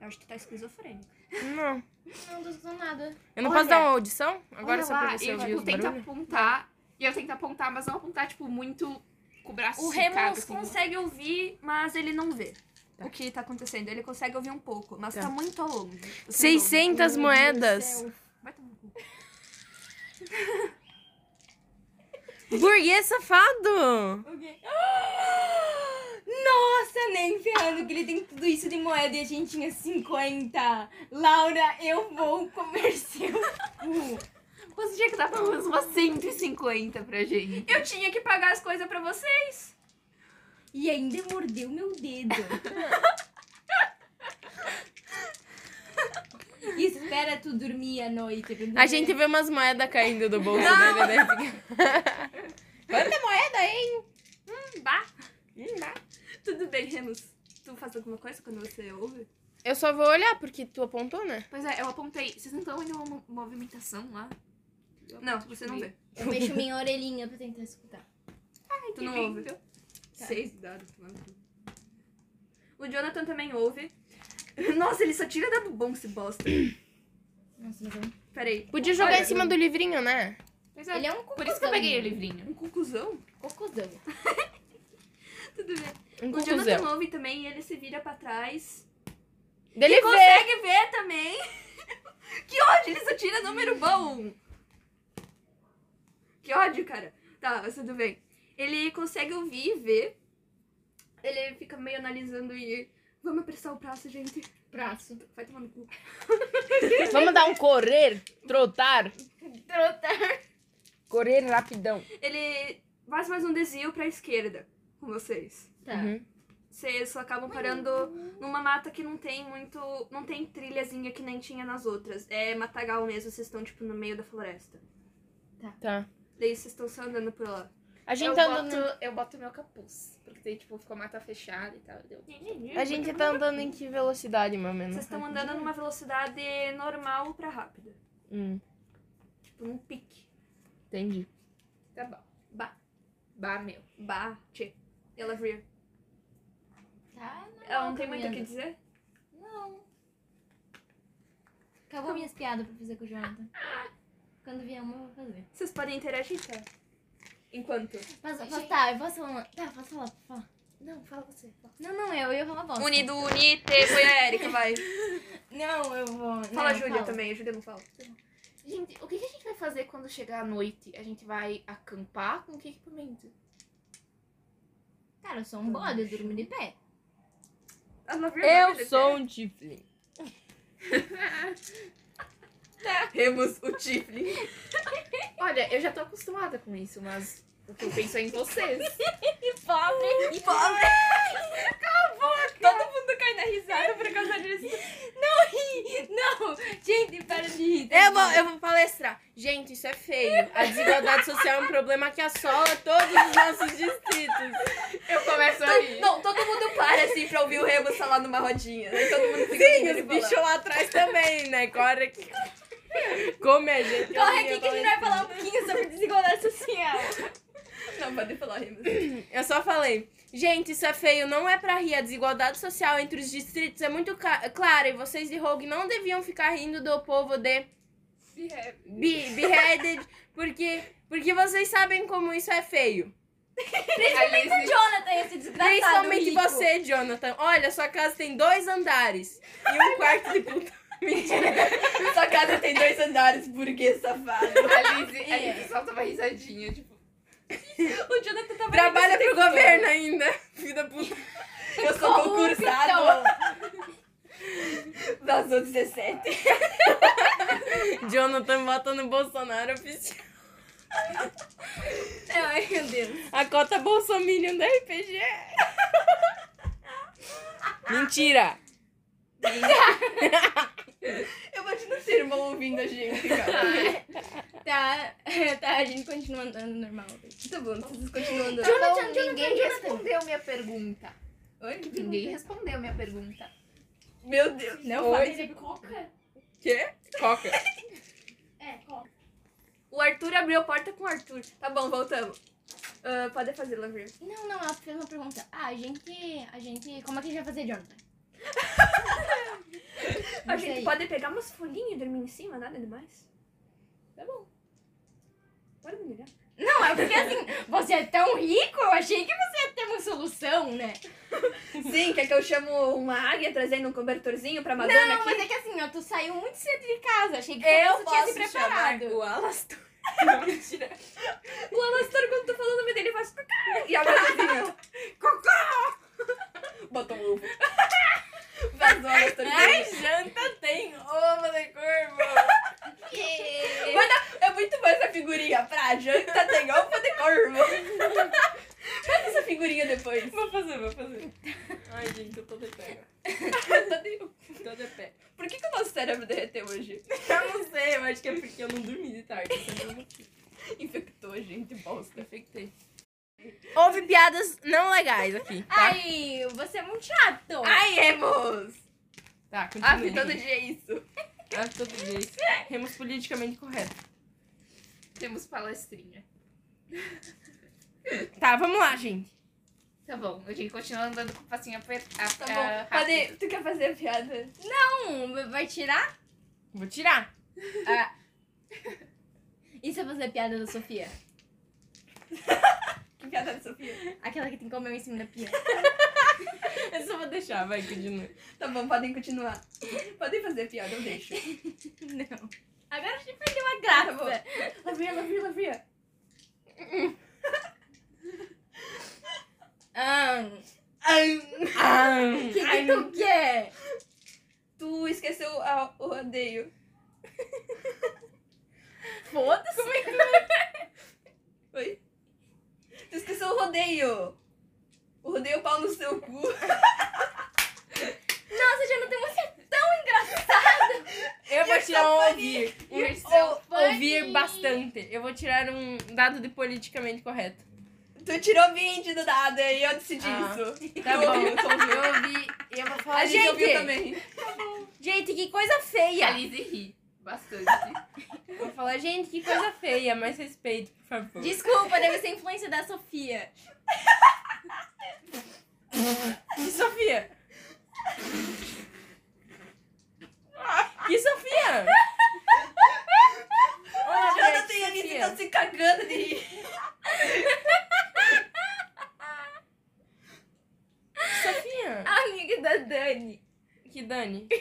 [SPEAKER 2] Eu acho que tu tá esquizofrênico.
[SPEAKER 4] Não.
[SPEAKER 6] Não, não tô nada.
[SPEAKER 4] Eu não
[SPEAKER 5] Olha.
[SPEAKER 4] posso dar uma audição? Agora
[SPEAKER 5] Olha
[SPEAKER 4] só pra
[SPEAKER 5] lá,
[SPEAKER 4] você
[SPEAKER 5] eu,
[SPEAKER 4] ouvir
[SPEAKER 5] tipo,
[SPEAKER 4] os
[SPEAKER 5] tento
[SPEAKER 4] barulhos?
[SPEAKER 5] apontar. E eu tento apontar, mas não apontar, tipo, muito com o braço
[SPEAKER 2] O
[SPEAKER 5] esticado,
[SPEAKER 2] Remus
[SPEAKER 5] assim.
[SPEAKER 2] consegue ouvir, mas ele não vê. o que tá acontecendo. Ele consegue ouvir um pouco, mas tá,
[SPEAKER 4] Tá.
[SPEAKER 2] muito longe. Vocês ouvem.
[SPEAKER 4] 600 moedas.
[SPEAKER 2] Vai tomar no cu.
[SPEAKER 4] Burguês safado.
[SPEAKER 6] Nossa, nem ferrando que ele tem tudo isso de moeda e a gente tinha 50. Laura, eu vou comer seu cu.
[SPEAKER 2] Você tinha que dar pelo menos umas 150 pra gente. Eu tinha que pagar as coisas pra vocês.
[SPEAKER 6] E ainda mordeu meu dedo. Espera tu dormir à noite.
[SPEAKER 4] A gente vê umas moedas caindo do bolso dele, né? Quanta moeda, hein?
[SPEAKER 2] Bah. Tudo bem, Remus. Tu faz alguma coisa quando você ouve?
[SPEAKER 4] Eu só vou olhar, porque tu apontou, né?
[SPEAKER 5] Pois é, eu apontei. Vocês não estão indo uma mo- movimentação lá?
[SPEAKER 2] Não, você não vê.
[SPEAKER 6] Eu mexo minha orelhinha pra tentar escutar.
[SPEAKER 2] Tu não ouve. Seis dados. mano. O Jonathan também ouve. Nossa, ele só tira dado bom esse bosta.
[SPEAKER 6] Nossa, mas é
[SPEAKER 2] Peraí.
[SPEAKER 4] Podia jogar
[SPEAKER 2] Olha,
[SPEAKER 4] em cima do livrinho, né?
[SPEAKER 5] Pois
[SPEAKER 6] um...
[SPEAKER 5] é.
[SPEAKER 6] Ele é um
[SPEAKER 5] Por isso que eu peguei o livrinho.
[SPEAKER 2] Um conclusão?
[SPEAKER 6] cocôzão.
[SPEAKER 2] Tudo bem.
[SPEAKER 4] Um
[SPEAKER 2] O
[SPEAKER 4] conclusão.
[SPEAKER 2] Jonathan ouve também e ele se vira pra trás.
[SPEAKER 4] Dele vê.
[SPEAKER 2] Consegue ver também. que ódio, ele só tira número bom. Que ódio, cara. Tá, mas tudo bem. Ele consegue ouvir e ver. Ele fica meio analisando e... Vamos apressar o prazo, gente.
[SPEAKER 6] Braço.
[SPEAKER 2] Vai tomar no cu.
[SPEAKER 4] Vamos dar um correr, trotar.
[SPEAKER 6] Trota.
[SPEAKER 4] Correr rapidão.
[SPEAKER 2] Ele faz mais um desvio pra esquerda com vocês.
[SPEAKER 6] Tá.
[SPEAKER 4] Uhum.
[SPEAKER 2] Vocês acabam parando numa mata que não tem muito. Não tem trilhazinha que nem tinha nas outras. É matagal mesmo, vocês estão, tipo, no meio da floresta.
[SPEAKER 4] Tá.
[SPEAKER 2] Daí vocês estão só andando por lá.
[SPEAKER 4] A gente
[SPEAKER 5] eu,
[SPEAKER 4] tá
[SPEAKER 5] boto,
[SPEAKER 4] andando.
[SPEAKER 5] eu boto meu capuz. Porque daí, tipo, ficou a mata fechada e tal. Deu.
[SPEAKER 4] A gente tá andando em que velocidade, mais ou menos?
[SPEAKER 2] Vocês estão andando numa velocidade normal pra rápida.
[SPEAKER 4] Hum,
[SPEAKER 2] Tipo, num pique.
[SPEAKER 4] entendi.
[SPEAKER 5] Tá bom.
[SPEAKER 2] Ba,
[SPEAKER 5] Bah, meu.
[SPEAKER 2] ba, tchê. Ela vir.
[SPEAKER 6] Tá, não,
[SPEAKER 2] Ela não tem muito o que
[SPEAKER 6] caminhando.
[SPEAKER 2] dizer?
[SPEAKER 6] Não. Acabou minhas piadas pra fazer com o Jonathan. Quando vier uma, eu vou fazer.
[SPEAKER 2] Vocês podem interagir, tá? Enquanto.
[SPEAKER 6] Mas, mas tá, eu posso falar uma. Tá, posso falar, fala.
[SPEAKER 5] Não, fala você. Fala.
[SPEAKER 6] Não, não, eu, eu falo bosta.
[SPEAKER 2] Unido, unite, foi a Erika, vai.
[SPEAKER 6] Não, eu vou.
[SPEAKER 2] Fala,
[SPEAKER 6] não,
[SPEAKER 2] Júlia,
[SPEAKER 6] fala.
[SPEAKER 2] também. A Júlia não fala.
[SPEAKER 5] Gente, o que, que a gente vai fazer quando chegar à noite? A gente vai acampar com que equipamento?
[SPEAKER 6] Cara, eu sou um bode, eu durmo de pé.
[SPEAKER 2] Ela vir,
[SPEAKER 4] Eu
[SPEAKER 2] Júlia,
[SPEAKER 4] sou um tiefling.
[SPEAKER 2] Temos o Tiflin.
[SPEAKER 5] Olha, eu já tô acostumada com isso, mas o que eu penso é em vocês.
[SPEAKER 2] E pobre! Todo mundo cai na risada por causa disso.
[SPEAKER 6] Não! Gente, para de rir. tá
[SPEAKER 2] É,
[SPEAKER 4] Eu vou, eu vou palestrar. Gente, isso é feio. A desigualdade social é um problema que assola todos os nossos distritos.
[SPEAKER 5] Eu começo a rir.
[SPEAKER 2] Não, todo
[SPEAKER 4] um-
[SPEAKER 2] mundo para assim pra ouvir o Rebo falar numa rodinha. Né? Todo mundo fica
[SPEAKER 4] Sim,
[SPEAKER 2] ouvindo
[SPEAKER 4] os
[SPEAKER 2] ele falar.
[SPEAKER 4] bichos lá atrás também, né? Corre aqui. Come a gente.
[SPEAKER 6] Corre
[SPEAKER 4] Eu
[SPEAKER 6] aqui que a gente vai falar um pouquinho sobre desigualdade social.
[SPEAKER 2] Não, pode falar, Rebo.
[SPEAKER 4] Eu só falei. Gente, isso é feio, não é pra rir. A desigualdade social entre os distritos é muito ca- clara e vocês de Rogue não deviam ficar rindo do povo de Be- Beheaded, porque, porque vocês sabem como isso é feio.
[SPEAKER 5] Alice,
[SPEAKER 6] Jonathan, esse desgraçado.
[SPEAKER 4] Principalmente
[SPEAKER 6] rico.
[SPEAKER 4] você, Jonathan. Olha, sua casa tem dois andares e um quarto de puta. Mentira.
[SPEAKER 2] Sua casa tem dois andares, burguês safado.
[SPEAKER 5] Alice, Alice solta uma risadinha, tipo.
[SPEAKER 2] O Jonathan
[SPEAKER 6] tá
[SPEAKER 2] tava
[SPEAKER 4] Trabalha pro governo ainda. Vida puta.
[SPEAKER 2] Eu sou
[SPEAKER 6] então? Tá
[SPEAKER 2] concursado. Das outras 17.
[SPEAKER 4] Jonathan vota no Bolsonaro oficial.
[SPEAKER 6] Ai, meu Deus.
[SPEAKER 4] A cota Bolsominion da RPG. Mentira.
[SPEAKER 2] Eu imagino seu irmão ouvindo a gente, cara.
[SPEAKER 6] Tá, tá, a gente continua andando normal.
[SPEAKER 2] Tá bom, vocês continuam andando.
[SPEAKER 5] Jonathan, ninguém respondeu minha pergunta.
[SPEAKER 2] Oi? Que
[SPEAKER 5] Ninguém respondeu minha pergunta.
[SPEAKER 2] Meu Deus.
[SPEAKER 4] Não faz.
[SPEAKER 5] Coca?
[SPEAKER 4] Quê? Coca.
[SPEAKER 6] É,
[SPEAKER 2] O Arthur abriu a porta com o Arthur. Tá bom, voltamos. Ah, pode fazer, Lavir.
[SPEAKER 6] Não, não, ela fez uma pergunta. Ah, a gente. A gente. Como é que a gente vai fazer, Jonathan?
[SPEAKER 2] A
[SPEAKER 6] Não
[SPEAKER 2] gente
[SPEAKER 6] sei.
[SPEAKER 2] pode pegar umas folhinhas e dormir em cima, nada demais. Tá bom. Pode me ligar.
[SPEAKER 6] Não, é porque assim, você é tão rico, eu achei que você ia ter uma solução, né?
[SPEAKER 2] Sim, quer que eu chamo uma águia trazendo um cobertorzinho pra madame
[SPEAKER 6] Não,
[SPEAKER 2] aqui?
[SPEAKER 6] mas é que assim, ó, tu saiu muito cedo de casa. Achei que
[SPEAKER 2] Eu
[SPEAKER 6] tu tinha
[SPEAKER 2] posso
[SPEAKER 6] se preparado.
[SPEAKER 2] chamar o Alastor. Não, mentira. O Alastor, quando tu falou o nome dele, faz cocô. E a gatazinha. Cocô! Botou um ovo. Vazou o Alastor.
[SPEAKER 4] Ai, janta tem ovo de corvo.
[SPEAKER 2] Manda- É muito boa essa figurinha. Pra janta tem ovo de corvo. Manda essa figurinha depois.
[SPEAKER 4] Vou fazer, vou fazer. Ai, gente, eu tô de pega. Tô de pé.
[SPEAKER 2] Por que, que o nosso cérebro derreteu hoje?
[SPEAKER 4] Eu não sei, eu acho que é porque eu não dormi de tarde. Então eu não
[SPEAKER 2] Infectou a gente, bosta. Infectei.
[SPEAKER 4] Houve piadas não legais aqui, tá?
[SPEAKER 6] Ai, você é muito chato.
[SPEAKER 2] Ai, Remos!
[SPEAKER 4] Tá, continua.
[SPEAKER 2] Aff, todo dia é isso.
[SPEAKER 4] Ah, todo dia. isso. Remos politicamente correto.
[SPEAKER 5] Temos palestrinha.
[SPEAKER 4] Tá, vamos lá, gente.
[SPEAKER 5] Tá bom, a gente continua andando com o passinho apertado.
[SPEAKER 2] Tá
[SPEAKER 4] É,
[SPEAKER 2] bom. Pode, tu quer fazer a piada?
[SPEAKER 6] Não, vai tirar? Ah.
[SPEAKER 4] Vou tirar.
[SPEAKER 6] Isso é fazer piada da Sofia.
[SPEAKER 2] Que piada da Sofia?
[SPEAKER 6] Aquela que tem como eu em cima da pia.
[SPEAKER 4] Eu só vou deixar, vai, continua.
[SPEAKER 2] Tá bom, podem continuar. Podem fazer piada, eu deixo.
[SPEAKER 6] Não. Agora a gente perdeu a graça.
[SPEAKER 2] Lavia, lavia, lavia.
[SPEAKER 6] Ahn,
[SPEAKER 4] Ah,
[SPEAKER 6] O que, que tu quer?
[SPEAKER 2] Tu esqueceu a- o rodeio.
[SPEAKER 6] Foda-se.
[SPEAKER 2] é Oi? Tu esqueceu o rodeio. O rodeio pau no seu cu.
[SPEAKER 6] Nossa, já não tem música.
[SPEAKER 4] eu vou tirar um ouvir.
[SPEAKER 5] You're so
[SPEAKER 4] Ou-
[SPEAKER 6] funny.
[SPEAKER 4] ouvir bastante. Eu vou tirar um dado de politicamente correto.
[SPEAKER 2] Tu tirou 20 do dado e eu decidi
[SPEAKER 4] Ah,
[SPEAKER 2] isso.
[SPEAKER 4] Tá bom, eu ouvi. Eu vou falar
[SPEAKER 2] A gente ouviu
[SPEAKER 4] gente,
[SPEAKER 2] também.
[SPEAKER 4] gente, que coisa feia.
[SPEAKER 5] Alice ri bastante.
[SPEAKER 4] Eu vou falar, gente, que coisa feia, mas respeito, por favor.
[SPEAKER 6] Desculpa, deve ser influência da Sofia.
[SPEAKER 4] Que Sofia? Que Sofia? Olha,
[SPEAKER 2] Jana
[SPEAKER 4] que
[SPEAKER 2] tem a Alice
[SPEAKER 4] Sofia.
[SPEAKER 2] tá se cagando de rir.
[SPEAKER 4] Que Sofia?
[SPEAKER 6] Amiga da Dani.
[SPEAKER 4] Que Dani?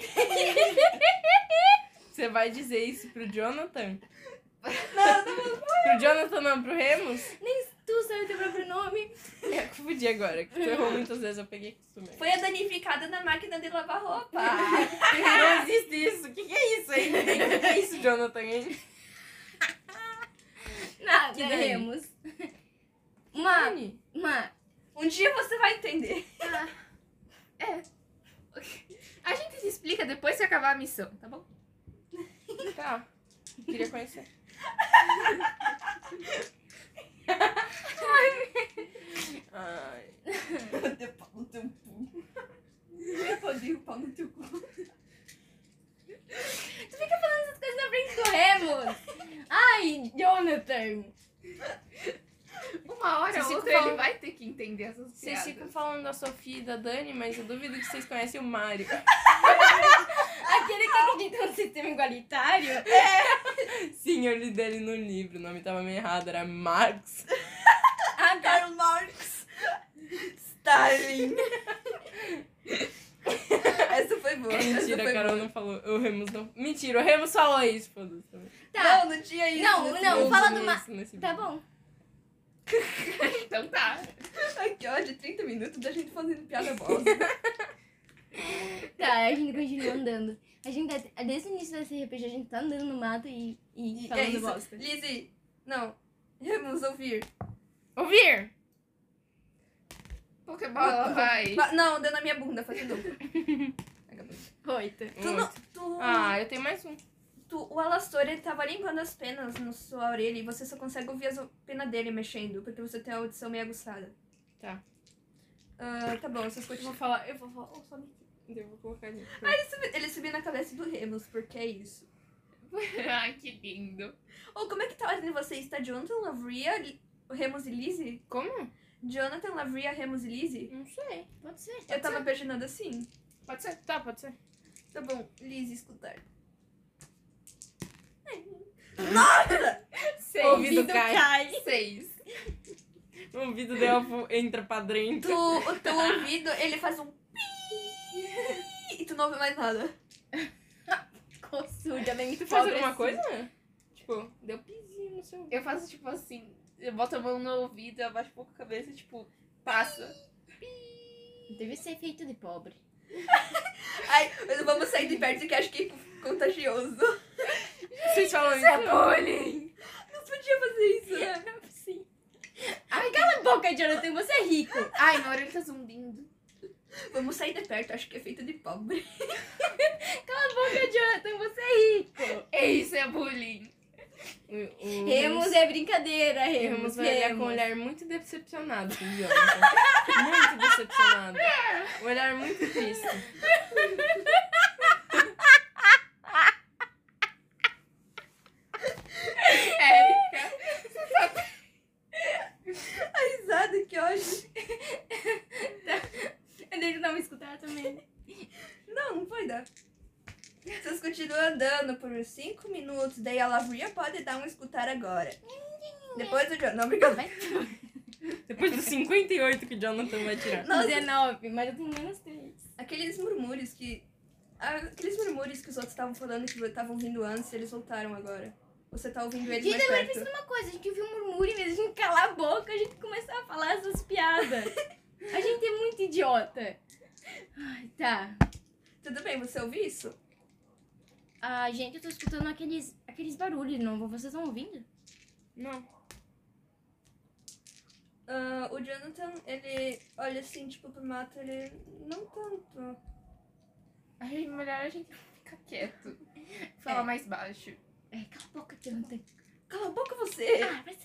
[SPEAKER 4] Você vai dizer isso pro Jonathan? Pro Jonathan não, pro Remus?
[SPEAKER 6] Tu sabe o teu próprio nome?
[SPEAKER 4] Eu confundi agora, que tu errou muitas vezes, eu peguei costume.
[SPEAKER 2] Foi a danificada na máquina de lavar roupa.
[SPEAKER 4] Não existe isso. O que, que é isso, hein? O que, que é isso, Jonathan, hein?
[SPEAKER 6] Nada.
[SPEAKER 4] Que Dani?
[SPEAKER 6] Remos. Ah, Uma,
[SPEAKER 4] Dani.
[SPEAKER 6] uma.
[SPEAKER 2] Um dia você vai entender.
[SPEAKER 5] A gente se explica depois que acabar a missão, tá bom?
[SPEAKER 4] Tá. Queria conhecer. Ai.
[SPEAKER 2] Rodeio pau no teu cu. Rodeio pau no teu cu.
[SPEAKER 6] Essas coisas na frente do Remos. Ai, Jonathan.
[SPEAKER 5] Uma hora
[SPEAKER 4] Vocês
[SPEAKER 5] ou
[SPEAKER 4] ficam
[SPEAKER 5] outra
[SPEAKER 4] falando-
[SPEAKER 5] ele vai ter que entender essas
[SPEAKER 4] Vocês
[SPEAKER 5] piadas.
[SPEAKER 4] ficam falando da Sofia e da Dani, mas eu duvido que vocês conhecem o Mário.
[SPEAKER 6] Aquele que acredita no sistema igualitário.
[SPEAKER 4] Sim, eu li dele no livro, o nome tava meio errado, era Marx.
[SPEAKER 6] Ah, tá.
[SPEAKER 2] Karl É Marx. Stalin. Essa foi boa. essa
[SPEAKER 4] Mentira,
[SPEAKER 2] foi
[SPEAKER 4] a Carol não falou. O Remus não. Mentira, o Remus falou isso, foda-se.
[SPEAKER 6] Tá.
[SPEAKER 2] Não, não tinha isso. assim,
[SPEAKER 6] Não,
[SPEAKER 2] nesse
[SPEAKER 6] não,
[SPEAKER 2] mundo.
[SPEAKER 6] fala do Ma-
[SPEAKER 4] Marx.
[SPEAKER 6] Tá bom.
[SPEAKER 5] Então tá.
[SPEAKER 2] Ai, que ódio. 30 minutos da gente fazendo piada bosta.
[SPEAKER 6] Tá, a gente continua andando. A gente tá, desde o início desse RPG, a gente tá andando no mato e, e
[SPEAKER 2] E
[SPEAKER 6] falando
[SPEAKER 2] é isso.
[SPEAKER 6] bosta.
[SPEAKER 2] Lizzie, não. Vamos ouvir.
[SPEAKER 4] Ouvir!
[SPEAKER 5] Pokébola vai.
[SPEAKER 2] Ba- Não, deu na minha bunda, fazendo. Acabou.
[SPEAKER 6] Oito.
[SPEAKER 2] tu não. Tu,
[SPEAKER 4] Ah, eu tenho mais um.
[SPEAKER 2] tu, o Alastor, ele tava limpando as penas na sua orelha e você só consegue ouvir as penas dele mexendo, porque você tem a audição meio aguçada.
[SPEAKER 4] Tá.
[SPEAKER 2] Ah, tá bom, vocês
[SPEAKER 4] Eu vou
[SPEAKER 2] continuam.
[SPEAKER 4] falar, eu vou falar. Oh, só me. Eu vou colocar ali.
[SPEAKER 2] Ele subiu, ele subiu na cabeça do Remus, porque é isso.
[SPEAKER 5] Ai, que lindo.
[SPEAKER 2] Ou como é que tá ordem de vocês? Tá Jonathan, Lavria, Li- Remus e Lizzie?
[SPEAKER 4] Como?
[SPEAKER 2] Jonathan, Lavria, Remus e Lizzie?
[SPEAKER 4] Não sei.
[SPEAKER 6] Pode ser.
[SPEAKER 2] Eu tava imaginando assim.
[SPEAKER 4] Pode ser? Tá, pode ser.
[SPEAKER 2] Tá bom, Lizzie, escutar.
[SPEAKER 4] Ouvido
[SPEAKER 5] Seis.
[SPEAKER 6] Ouvido
[SPEAKER 4] cai.
[SPEAKER 6] cai.
[SPEAKER 5] Seis.
[SPEAKER 4] O ouvido do elfo entra pra dentro.
[SPEAKER 2] Tu, o teu ouvido, ele faz um pi e tu não ouve mais nada.
[SPEAKER 6] Coçuda, bem muito
[SPEAKER 4] Tu faz
[SPEAKER 6] pobre
[SPEAKER 4] alguma
[SPEAKER 6] assim.
[SPEAKER 4] coisa? Tipo, deu pizinho no seu ouvido.
[SPEAKER 5] Eu faço tipo assim, eu boto a mão no ouvido, abaixo um pouco a cabeça, tipo, passa.
[SPEAKER 6] Deve ser feito de pobre.
[SPEAKER 2] Ai, vamos sair de perto que acho que é contagioso.
[SPEAKER 4] Vocês falam isso?
[SPEAKER 2] bullying! Não podia fazer isso.
[SPEAKER 6] Ai, cala a boca, Jonathan, você é rico.
[SPEAKER 5] Ai, meu orelha tá zumbindo.
[SPEAKER 2] Vamos sair de perto, acho que é feito de pobre.
[SPEAKER 6] Boca, Jonathan, você é rico.
[SPEAKER 5] É isso, é bullying.
[SPEAKER 4] O- o
[SPEAKER 6] Remos é brincadeira,
[SPEAKER 4] Ramos
[SPEAKER 6] Remos.
[SPEAKER 4] vai olhar com um
[SPEAKER 6] Remos.
[SPEAKER 4] olhar muito decepcionado pro Jonathan. muito decepcionado. Um olhar muito triste.
[SPEAKER 2] Risada que hoje.
[SPEAKER 6] Deixa eu não me escutar também.
[SPEAKER 2] Não, não vai dar. Vocês continuam andando por uns 5 minutos, daí a lavria pode dar um escutar agora. Depois o John. Não, obrigada.
[SPEAKER 4] Depois dos 58 que o Jonathan vai tirar.
[SPEAKER 2] Nossa.
[SPEAKER 6] 19, mas eu tenho menos 3.
[SPEAKER 2] Aqueles murmúrios que. Aqueles murmúrios que os outros estavam falando que estavam rindo antes, eles voltaram agora. Você tá ouvindo eles
[SPEAKER 6] Gente,
[SPEAKER 2] mais
[SPEAKER 6] agora
[SPEAKER 2] perto.
[SPEAKER 6] pensa numa coisa, a gente ouviu um murmúrio, em vez de a gente calar a boca, a gente começou a falar essas piadas. A gente é muito idiota. Ai, tá.
[SPEAKER 2] Tudo bem, você ouviu isso?
[SPEAKER 6] Ah, gente, eu tô escutando aqueles, aqueles barulhos de novo. Vocês estão ouvindo?
[SPEAKER 4] Não.
[SPEAKER 2] Ah, o Jonathan, ele olha assim, tipo, pro mato, ele. Não tanto.
[SPEAKER 5] Ai, melhor a gente ficar quieto. Falar mais baixo.
[SPEAKER 6] É, cala a boca, Jonathan.
[SPEAKER 2] Cala a boca você!
[SPEAKER 6] Ah, mas...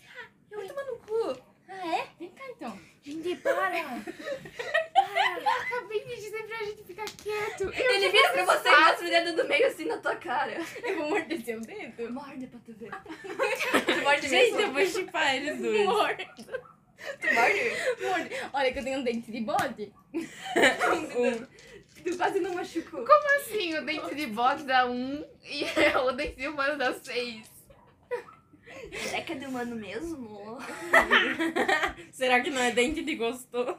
[SPEAKER 2] Vai tomar no cu!
[SPEAKER 6] Ah, é? Vem cá, então. Gente, para.
[SPEAKER 5] Acabei de dizer pra gente ficar quieto.
[SPEAKER 2] Ele vira pra você e mostra o dedo do meio assim na tua cara.
[SPEAKER 6] Eu vou morder seu dedo.
[SPEAKER 2] Morde pra tu ver. tu morde
[SPEAKER 4] Gente,
[SPEAKER 2] mesmo?
[SPEAKER 4] eu vou chipar eles dois.
[SPEAKER 6] Morde,
[SPEAKER 2] Tu morde?
[SPEAKER 6] morde. Olha que eu tenho um dente de bode.
[SPEAKER 4] O-
[SPEAKER 2] Tu quase não machucou.
[SPEAKER 5] Assim,
[SPEAKER 2] tipo
[SPEAKER 5] o dente de bode dá um e o dente humano dá seis.
[SPEAKER 2] Será que é de humano mesmo?
[SPEAKER 4] Será que não é dente de gostou?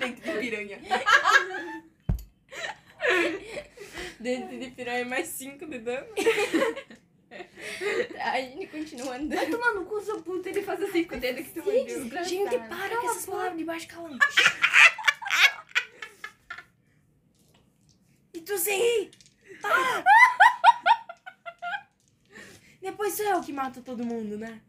[SPEAKER 2] Dentro de piranha.
[SPEAKER 4] Dente de piranha é mais 5 de dano?
[SPEAKER 6] Tá, A gente continua andando.
[SPEAKER 2] Vai tomar no cu, seu puto, ele faz assim com o dedo que tu mordeu.
[SPEAKER 6] Gente, para com essas palavras.
[SPEAKER 4] E tu sem rir! Tá! Depois sou eu que mato todo mundo, né?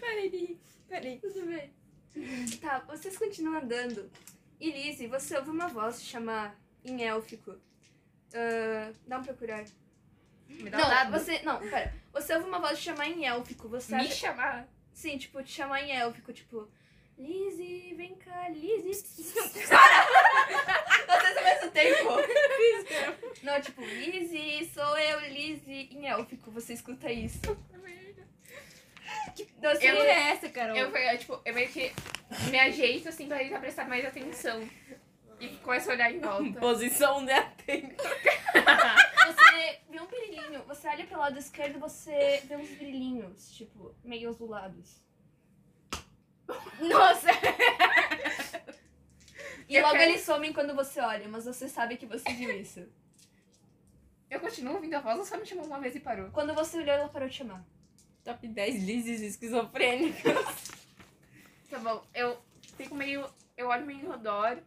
[SPEAKER 6] Peraí, peraí.
[SPEAKER 2] Tudo bem. Tá, vocês continuam andando. E Lizzie, você ouve uma voz te chamar em élfico. Ah, dá um procurar.
[SPEAKER 5] Me dá um
[SPEAKER 2] Não,
[SPEAKER 5] dado.
[SPEAKER 2] você. Não, pera. Você ouve uma voz te chamar em élfico. Você
[SPEAKER 5] me
[SPEAKER 2] acha-
[SPEAKER 5] chamar.
[SPEAKER 2] Sim, tipo, te chamar em élfico, tipo. Lizzie, vem cá, Lizzie. Para! Nós temos ao mesmo tempo. Não, tipo, Lizzie, sou eu, Lizzie, em élfico. Você escuta isso. Então, assim,
[SPEAKER 5] Eu-
[SPEAKER 6] Que é essa, Carol?
[SPEAKER 5] Eu, eu, tipo, eu meio que me ajeito assim pra tentar prestar mais atenção. E começo a olhar em
[SPEAKER 4] Tá.
[SPEAKER 5] volta.
[SPEAKER 4] Posição de atento.
[SPEAKER 2] Você vê um brilhinho, você olha pro lado esquerdo você vê uns brilhinhos, tipo, meio azulados.
[SPEAKER 6] Nossa!
[SPEAKER 2] E
[SPEAKER 5] Eu
[SPEAKER 2] logo
[SPEAKER 5] quero-
[SPEAKER 2] eles somem quando você olha, mas você sabe que você viu isso.
[SPEAKER 5] Eu continuo ouvindo a voz ou só me chamou uma vez e parou?
[SPEAKER 2] Quando você olhou, ela parou de chamar.
[SPEAKER 4] Top 10 lises esquizofrênicas.
[SPEAKER 5] Tá bom, eu fico meio. Eu olho meio em redor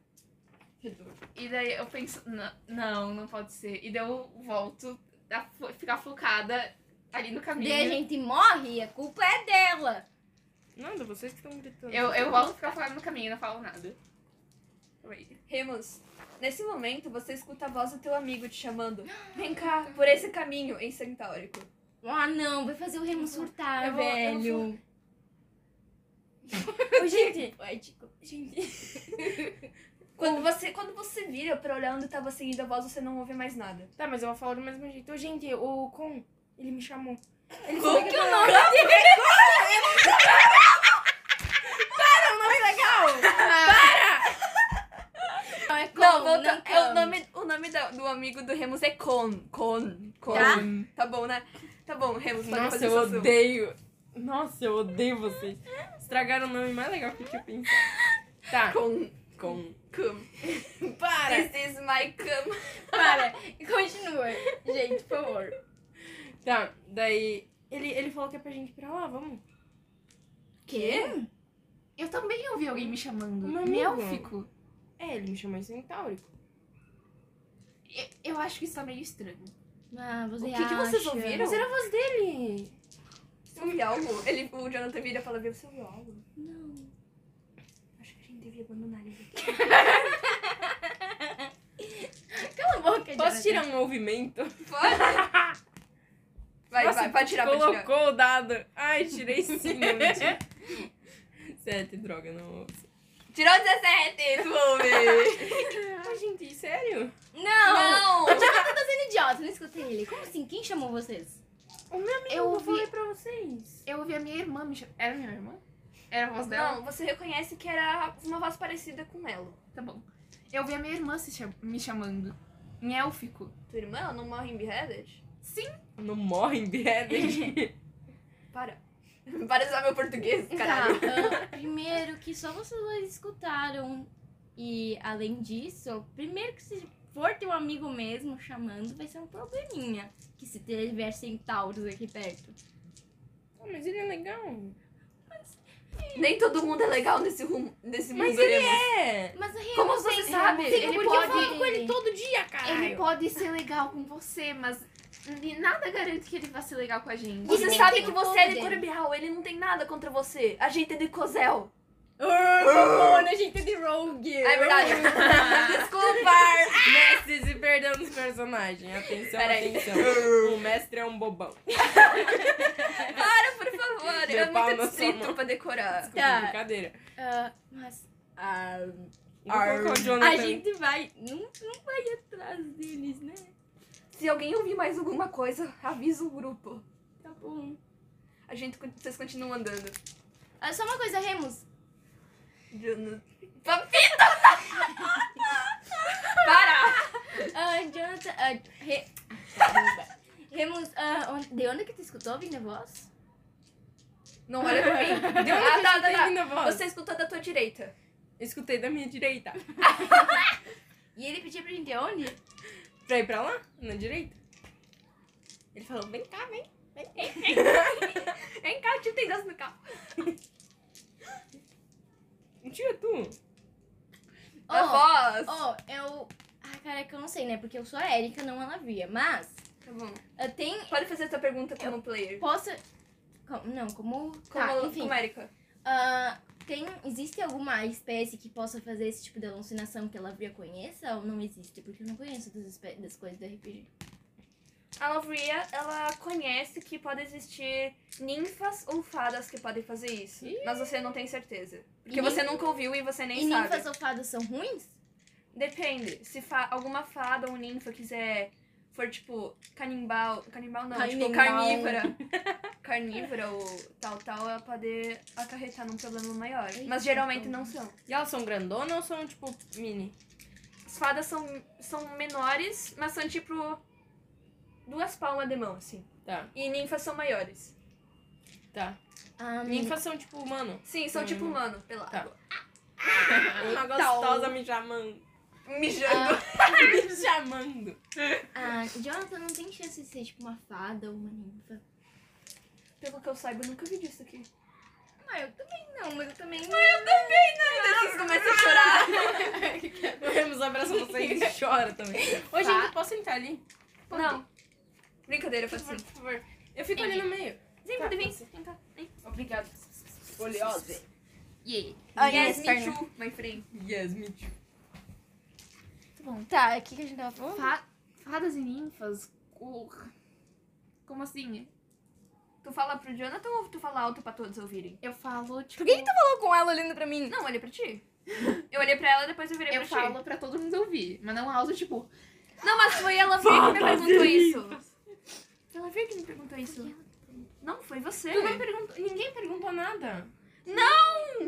[SPEAKER 5] e daí eu penso. "Não, Não, não pode ser. E daí eu volto a fo- ficar focada ali no caminho.
[SPEAKER 6] Daí a gente morre e a culpa é dela.
[SPEAKER 4] Nada, é vocês que estão gritando.
[SPEAKER 5] Eu, eu volto a ficar focada no caminho e não falo nada. Calma aí.
[SPEAKER 2] Remus, nesse momento você escuta a voz do teu amigo te chamando. Vem cá, por esse caminho, em Centaurico.
[SPEAKER 6] Ah, não, vai fazer o Remo surtar,
[SPEAKER 2] eu vou- eu
[SPEAKER 6] É velho. Ô, gente, poético. Gente,
[SPEAKER 2] Quando você, quando você vira pra olhar onde tava seguindo a voz, você não ouve mais nada.
[SPEAKER 4] Tá, mas eu vou falar do mesmo jeito. Ô, gente, o Con, ele me chamou.
[SPEAKER 2] Ele falou que é não.
[SPEAKER 6] é não é como,
[SPEAKER 2] Não,
[SPEAKER 6] não,
[SPEAKER 2] volta.
[SPEAKER 6] não
[SPEAKER 2] é o
[SPEAKER 6] como.
[SPEAKER 2] nome, o nome da- do amigo do Remus é Con. Con. Con. Tá bom, né? Tá bom, Remus, pode
[SPEAKER 4] Tá? Nossa,
[SPEAKER 2] fazer
[SPEAKER 4] eu
[SPEAKER 2] sua ação.
[SPEAKER 4] odeio Nossa, eu odeio vocês. Estragaram o nome mais legal que eu tinha pensado. Tá.
[SPEAKER 2] Com.
[SPEAKER 4] Com.
[SPEAKER 2] Come.
[SPEAKER 4] Para!
[SPEAKER 2] This is my come.
[SPEAKER 6] Para, continua. Gente, por favor.
[SPEAKER 4] Tá, daí. Ele, ele falou que é pra gente ir pra lá, vamos.
[SPEAKER 2] Quê?
[SPEAKER 5] Eu também ouvi alguém me chamando.
[SPEAKER 4] Uma amiga.
[SPEAKER 5] Mélfico.
[SPEAKER 4] É, ele me chamou em Centaurico.
[SPEAKER 5] Eu- Eu acho que isso tá meio estranho.
[SPEAKER 6] Ah, você
[SPEAKER 2] O que que vocês
[SPEAKER 6] acha?
[SPEAKER 2] ouviram?
[SPEAKER 4] Mas era a voz dele!
[SPEAKER 2] Você ouviu algo? Ele, o Jonathan vira e fala: Viu, você ouviu algo? Não. Acho que a gente devia abandonar ele.
[SPEAKER 6] Cala a boca,
[SPEAKER 4] Posso
[SPEAKER 6] Jonathan.
[SPEAKER 4] tirar um movimento?
[SPEAKER 2] Pode? Vai,
[SPEAKER 4] Nossa,
[SPEAKER 2] vai, pode tirar, pode
[SPEAKER 4] colocou
[SPEAKER 2] tirar.
[SPEAKER 4] o dado. Ai, tirei sim, não mentira. Sete, droga, não.
[SPEAKER 2] Tirou 17, Slummy!
[SPEAKER 4] Ah, gente, sério?
[SPEAKER 6] Não!
[SPEAKER 2] Não!
[SPEAKER 6] O Jonathan tá sendo idiota, não escutei ele. Como assim? Quem chamou vocês?
[SPEAKER 5] Eu
[SPEAKER 4] Eu
[SPEAKER 5] ouvi,
[SPEAKER 4] falei pra vocês.
[SPEAKER 5] eu ouvi a minha irmã me chamando. Era minha irmã? Era a voz dela?
[SPEAKER 2] Não, você reconhece que era uma voz parecida com ela.
[SPEAKER 5] Tá bom. Eu ouvi a minha irmã se cham- me chamando. Em élfico.
[SPEAKER 2] Tua irmã não morre em Beheaded?
[SPEAKER 4] Não morre em Beheaded.
[SPEAKER 2] Para. Para de usar meu português, caralho.
[SPEAKER 6] Tá, ah, primeiro que só vocês dois escutaram. E além disso, primeiro que se for teu amigo mesmo chamando, vai ser um probleminha. Que se tiver centauros aqui perto.
[SPEAKER 4] Ah, mas ele é legal.
[SPEAKER 2] Nem todo mundo é legal nesse, rumo, nesse mundo. né?
[SPEAKER 4] Mas ele
[SPEAKER 2] eremos.
[SPEAKER 4] é.
[SPEAKER 6] Mas o
[SPEAKER 2] Como você sabe?
[SPEAKER 6] Ele
[SPEAKER 2] Ele
[SPEAKER 6] porque
[SPEAKER 2] pode...
[SPEAKER 6] eu falo com ele todo.
[SPEAKER 4] Todo dia, caralho.
[SPEAKER 5] Ele pode ser legal com você, mas n- nada garante que ele vá ser legal com a gente.
[SPEAKER 6] Ele
[SPEAKER 2] Você
[SPEAKER 6] nem
[SPEAKER 2] sabe
[SPEAKER 6] tem
[SPEAKER 2] que
[SPEAKER 6] o
[SPEAKER 2] você
[SPEAKER 6] povo
[SPEAKER 2] é de
[SPEAKER 6] dele.
[SPEAKER 2] Corbial, ele não tem nada contra você. A gente é de Cozel.
[SPEAKER 6] Corona, gente de rogue.
[SPEAKER 2] É verdade. Desculpa.
[SPEAKER 4] Mestres e perdão dos personagens. Atenção,
[SPEAKER 2] Peraí.
[SPEAKER 4] atenção. O mestre é um bobão.
[SPEAKER 2] Para, por favor.
[SPEAKER 4] Meu
[SPEAKER 2] é
[SPEAKER 4] pau na
[SPEAKER 2] muito
[SPEAKER 4] sua
[SPEAKER 2] distrito
[SPEAKER 4] mão.
[SPEAKER 2] pra decorar.
[SPEAKER 4] Tá. Brincadeira.
[SPEAKER 6] Ah, mas
[SPEAKER 4] Não colocou o Jonathan.
[SPEAKER 6] a gente vai. Não, não vai atrás deles, né?
[SPEAKER 2] Se alguém ouvir mais alguma coisa, avisa o grupo.
[SPEAKER 6] Tá bom.
[SPEAKER 2] A gente, vocês continuam andando.
[SPEAKER 6] Ah, só uma coisa, Remus.
[SPEAKER 2] Jonathan. Papito! Para!
[SPEAKER 6] Ah, Jonathan. ah, Re- Remus, ah, on- de onde que tu escutou vindo a voz?
[SPEAKER 2] Não olha pra mim.
[SPEAKER 4] Deu uma
[SPEAKER 2] ah, tá, tá,
[SPEAKER 4] tá,
[SPEAKER 2] tá.
[SPEAKER 4] voz.
[SPEAKER 2] Você escuta da tua direita.
[SPEAKER 4] Escutei da minha direita.
[SPEAKER 6] E ele pediu pra gente onde?
[SPEAKER 4] Pra ir pra lá? Na direita? Ele falou, vem cá, vem.
[SPEAKER 2] Vem cá, tio, tem gás no carro.
[SPEAKER 4] Mentira, tu.
[SPEAKER 2] A
[SPEAKER 6] Oh.
[SPEAKER 2] voz.
[SPEAKER 6] Oh, eu. Ah, cara, é que eu não sei, né? Porque eu sou a Erika, não a Lavia. Mas,
[SPEAKER 2] Tá bom.
[SPEAKER 6] ah, tem.
[SPEAKER 2] Pode fazer essa pergunta como player.
[SPEAKER 6] Posso. com- Não, como.
[SPEAKER 2] Como,
[SPEAKER 6] Tá, enfim.
[SPEAKER 2] como Erika.
[SPEAKER 6] Ah, tem, existe alguma espécie que possa fazer esse tipo de alucinação que a Lavia conheça ou não existe? Porque eu não conheço das, espé- das coisas do RPG.
[SPEAKER 2] A Lavria, ela conhece que pode existir ninfas ou fadas que podem fazer isso. Mas você não tem certeza. Porque
[SPEAKER 6] E
[SPEAKER 2] você nunca ouviu e você nem
[SPEAKER 6] e
[SPEAKER 2] sabe.
[SPEAKER 6] ninfas ou fadas são ruins?
[SPEAKER 2] Depende. Se fa- alguma fada ou ninfa quiser. For tipo, canibal. Canibal não, tipo,
[SPEAKER 6] Canibal.
[SPEAKER 2] carnívora. carnívora ou tal, tal, ela pode acarretar num problema maior.
[SPEAKER 6] Eita,
[SPEAKER 2] Mas geralmente
[SPEAKER 6] então.
[SPEAKER 2] não são.
[SPEAKER 4] E elas são grandonas ou são, tipo, mini?
[SPEAKER 2] As fadas são, são menores, mas são tipo. duas palmas de mão, assim.
[SPEAKER 4] Tá,
[SPEAKER 2] E ninfas são maiores.
[SPEAKER 4] tá.
[SPEAKER 6] Ah,
[SPEAKER 4] Ninfas são, tipo, mano.
[SPEAKER 2] Sim, são tipo
[SPEAKER 6] Hum.
[SPEAKER 2] humano, pela
[SPEAKER 4] Tá.
[SPEAKER 2] água.
[SPEAKER 4] Uma gostosa me chamando.
[SPEAKER 2] Mijando.
[SPEAKER 4] Me chamando.
[SPEAKER 6] Ah, Jonathan não tem chance de ser tipo uma fada ou uma ninfa.
[SPEAKER 2] Pelo que eu saiba, eu nunca vi disso aqui.
[SPEAKER 6] Ah, eu também não, mas eu também.
[SPEAKER 2] Vocês começam a chorar.
[SPEAKER 4] Vamos abraçar vocês e chora também. Ô, gente, posso sentar ali?
[SPEAKER 2] Não. Brincadeira,
[SPEAKER 4] Por
[SPEAKER 2] faz
[SPEAKER 4] favor,
[SPEAKER 2] assim.
[SPEAKER 4] por favor. Eu fico ali no meio. Tá,
[SPEAKER 2] Sim, pode vir. Vem cá.
[SPEAKER 4] Obrigada. Oleose.
[SPEAKER 2] Yes,
[SPEAKER 6] né?
[SPEAKER 2] me too, my friend.
[SPEAKER 4] Yes, me too.
[SPEAKER 6] Tá, o que, que a gente tava falando?
[SPEAKER 5] Fa- fadas e ninfas? O- Como assim?
[SPEAKER 2] Tu fala pro Jonathan ou tu fala alto pra todos ouvirem?
[SPEAKER 5] Eu falo, tipo.
[SPEAKER 6] Por que, que tu falou com ela olhando pra mim?
[SPEAKER 2] Não, eu olhei pra ti. Eu olhei pra ela e depois eu virei
[SPEAKER 5] Eu
[SPEAKER 2] pra ti.
[SPEAKER 5] falo pra todo mundo ouvir, mas não alto, tipo.
[SPEAKER 2] Não, mas foi ela que me perguntou isso. Ela veio que me perguntou isso. Não, foi você.
[SPEAKER 4] Tu não perguntou, ninguém perguntou nada.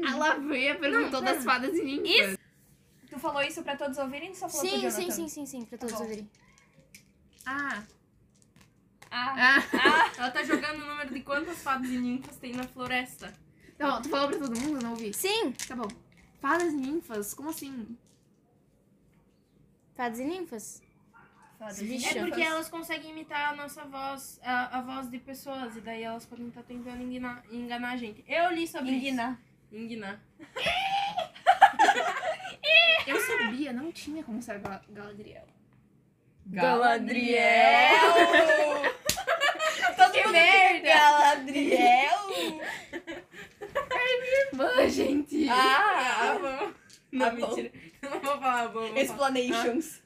[SPEAKER 5] A Laveia perguntou das fadas e ninfas. Isso.
[SPEAKER 2] Tu falou isso pra todos ouvirem e só falou pro
[SPEAKER 6] Sim,
[SPEAKER 5] Tá
[SPEAKER 2] Jonathan?
[SPEAKER 6] sim, sim, sim, sim, pra todos
[SPEAKER 2] bom.
[SPEAKER 6] ouvirem.
[SPEAKER 5] Ah. Ah.
[SPEAKER 4] Ah, ela tá jogando o número de quantas fadas e ninfas tem na floresta.
[SPEAKER 5] Tá bom, tu falou pra todo mundo, não ouvi.
[SPEAKER 6] Sim,
[SPEAKER 5] Tá bom. Fadas e ninfas, como assim?
[SPEAKER 6] fadas e ninfas.
[SPEAKER 4] É porque elas conseguem imitar a nossa voz, a, a voz de pessoas, e daí elas podem estar tentando enganar, enganar a gente. Eu li sobre isso. Enganar.
[SPEAKER 5] Eu sabia, não tinha como ser Gal- Galadriel.
[SPEAKER 4] Galadriel! que merda! Galadriel! É
[SPEAKER 5] Irmã, gente!
[SPEAKER 4] Ah, vamos. Não,
[SPEAKER 2] Tá bom.
[SPEAKER 4] mentira. Não vou falar, vou, vou falar.
[SPEAKER 2] Explanations.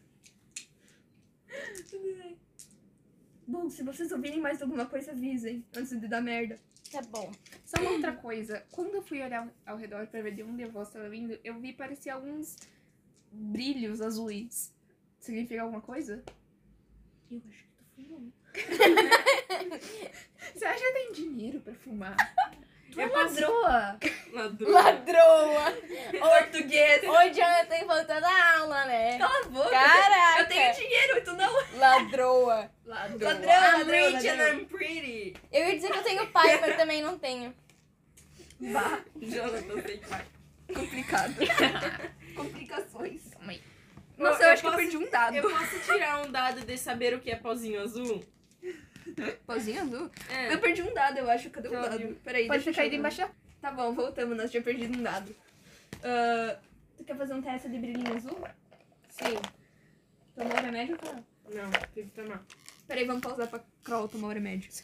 [SPEAKER 2] Bom, se vocês ouvirem mais alguma coisa, avisem. Antes de dar merda.
[SPEAKER 6] Tá bom.
[SPEAKER 5] Só uma outra coisa. Quando eu fui olhar ao redor pra ver de onde eu vou estava vindo, eu vi parecer alguns brilhos azuis. Significa alguma coisa?
[SPEAKER 6] Eu acho que tu fumou.
[SPEAKER 5] Você acha que tem dinheiro pra fumar?
[SPEAKER 4] Eu posso-
[SPEAKER 6] Ladroa!
[SPEAKER 4] Ladrão.
[SPEAKER 6] Ladroa!
[SPEAKER 2] Português.
[SPEAKER 6] Ô, Jonathan, voltando a aula, né?
[SPEAKER 2] Cala a boca.
[SPEAKER 6] Caraca!
[SPEAKER 2] Eu tenho dinheiro e tu não.
[SPEAKER 6] Ladroa!
[SPEAKER 5] Ladrão.
[SPEAKER 2] Ladrão, Ah,
[SPEAKER 6] I'm
[SPEAKER 2] ladrão,
[SPEAKER 4] é
[SPEAKER 6] rich and
[SPEAKER 2] ladrão. I'm pretty.
[SPEAKER 6] Eu ia dizer que eu tenho pai, mas também não tenho.
[SPEAKER 2] Jonathan, sei que vai. Complicado. Complicações.
[SPEAKER 5] Calma aí.
[SPEAKER 2] Nossa,
[SPEAKER 4] Eu-
[SPEAKER 2] eu,
[SPEAKER 4] eu
[SPEAKER 2] acho que eu
[SPEAKER 4] posso-
[SPEAKER 2] perdi um dado.
[SPEAKER 4] Eu posso tirar um dado de saber o que é pozinho azul?
[SPEAKER 2] Pozinho azul?
[SPEAKER 4] É.
[SPEAKER 2] Eu perdi um dado, eu acho. Cadê o
[SPEAKER 4] Já
[SPEAKER 2] dado?
[SPEAKER 4] viu.
[SPEAKER 2] Peraí,
[SPEAKER 5] Pode
[SPEAKER 2] deixa eu
[SPEAKER 5] ficar aí
[SPEAKER 2] jogar.
[SPEAKER 5] embaixo.
[SPEAKER 2] Tá bom, voltamos, nós tínhamos perdido um dado. Ah, tu quer fazer um teste de brilhinho azul?
[SPEAKER 4] Sim.
[SPEAKER 2] Tomou o remédio, Carol?
[SPEAKER 4] Não, teve que tomar.
[SPEAKER 2] Peraí, vamos pausar pra Carol tomar o remédio.
[SPEAKER 6] Escreveu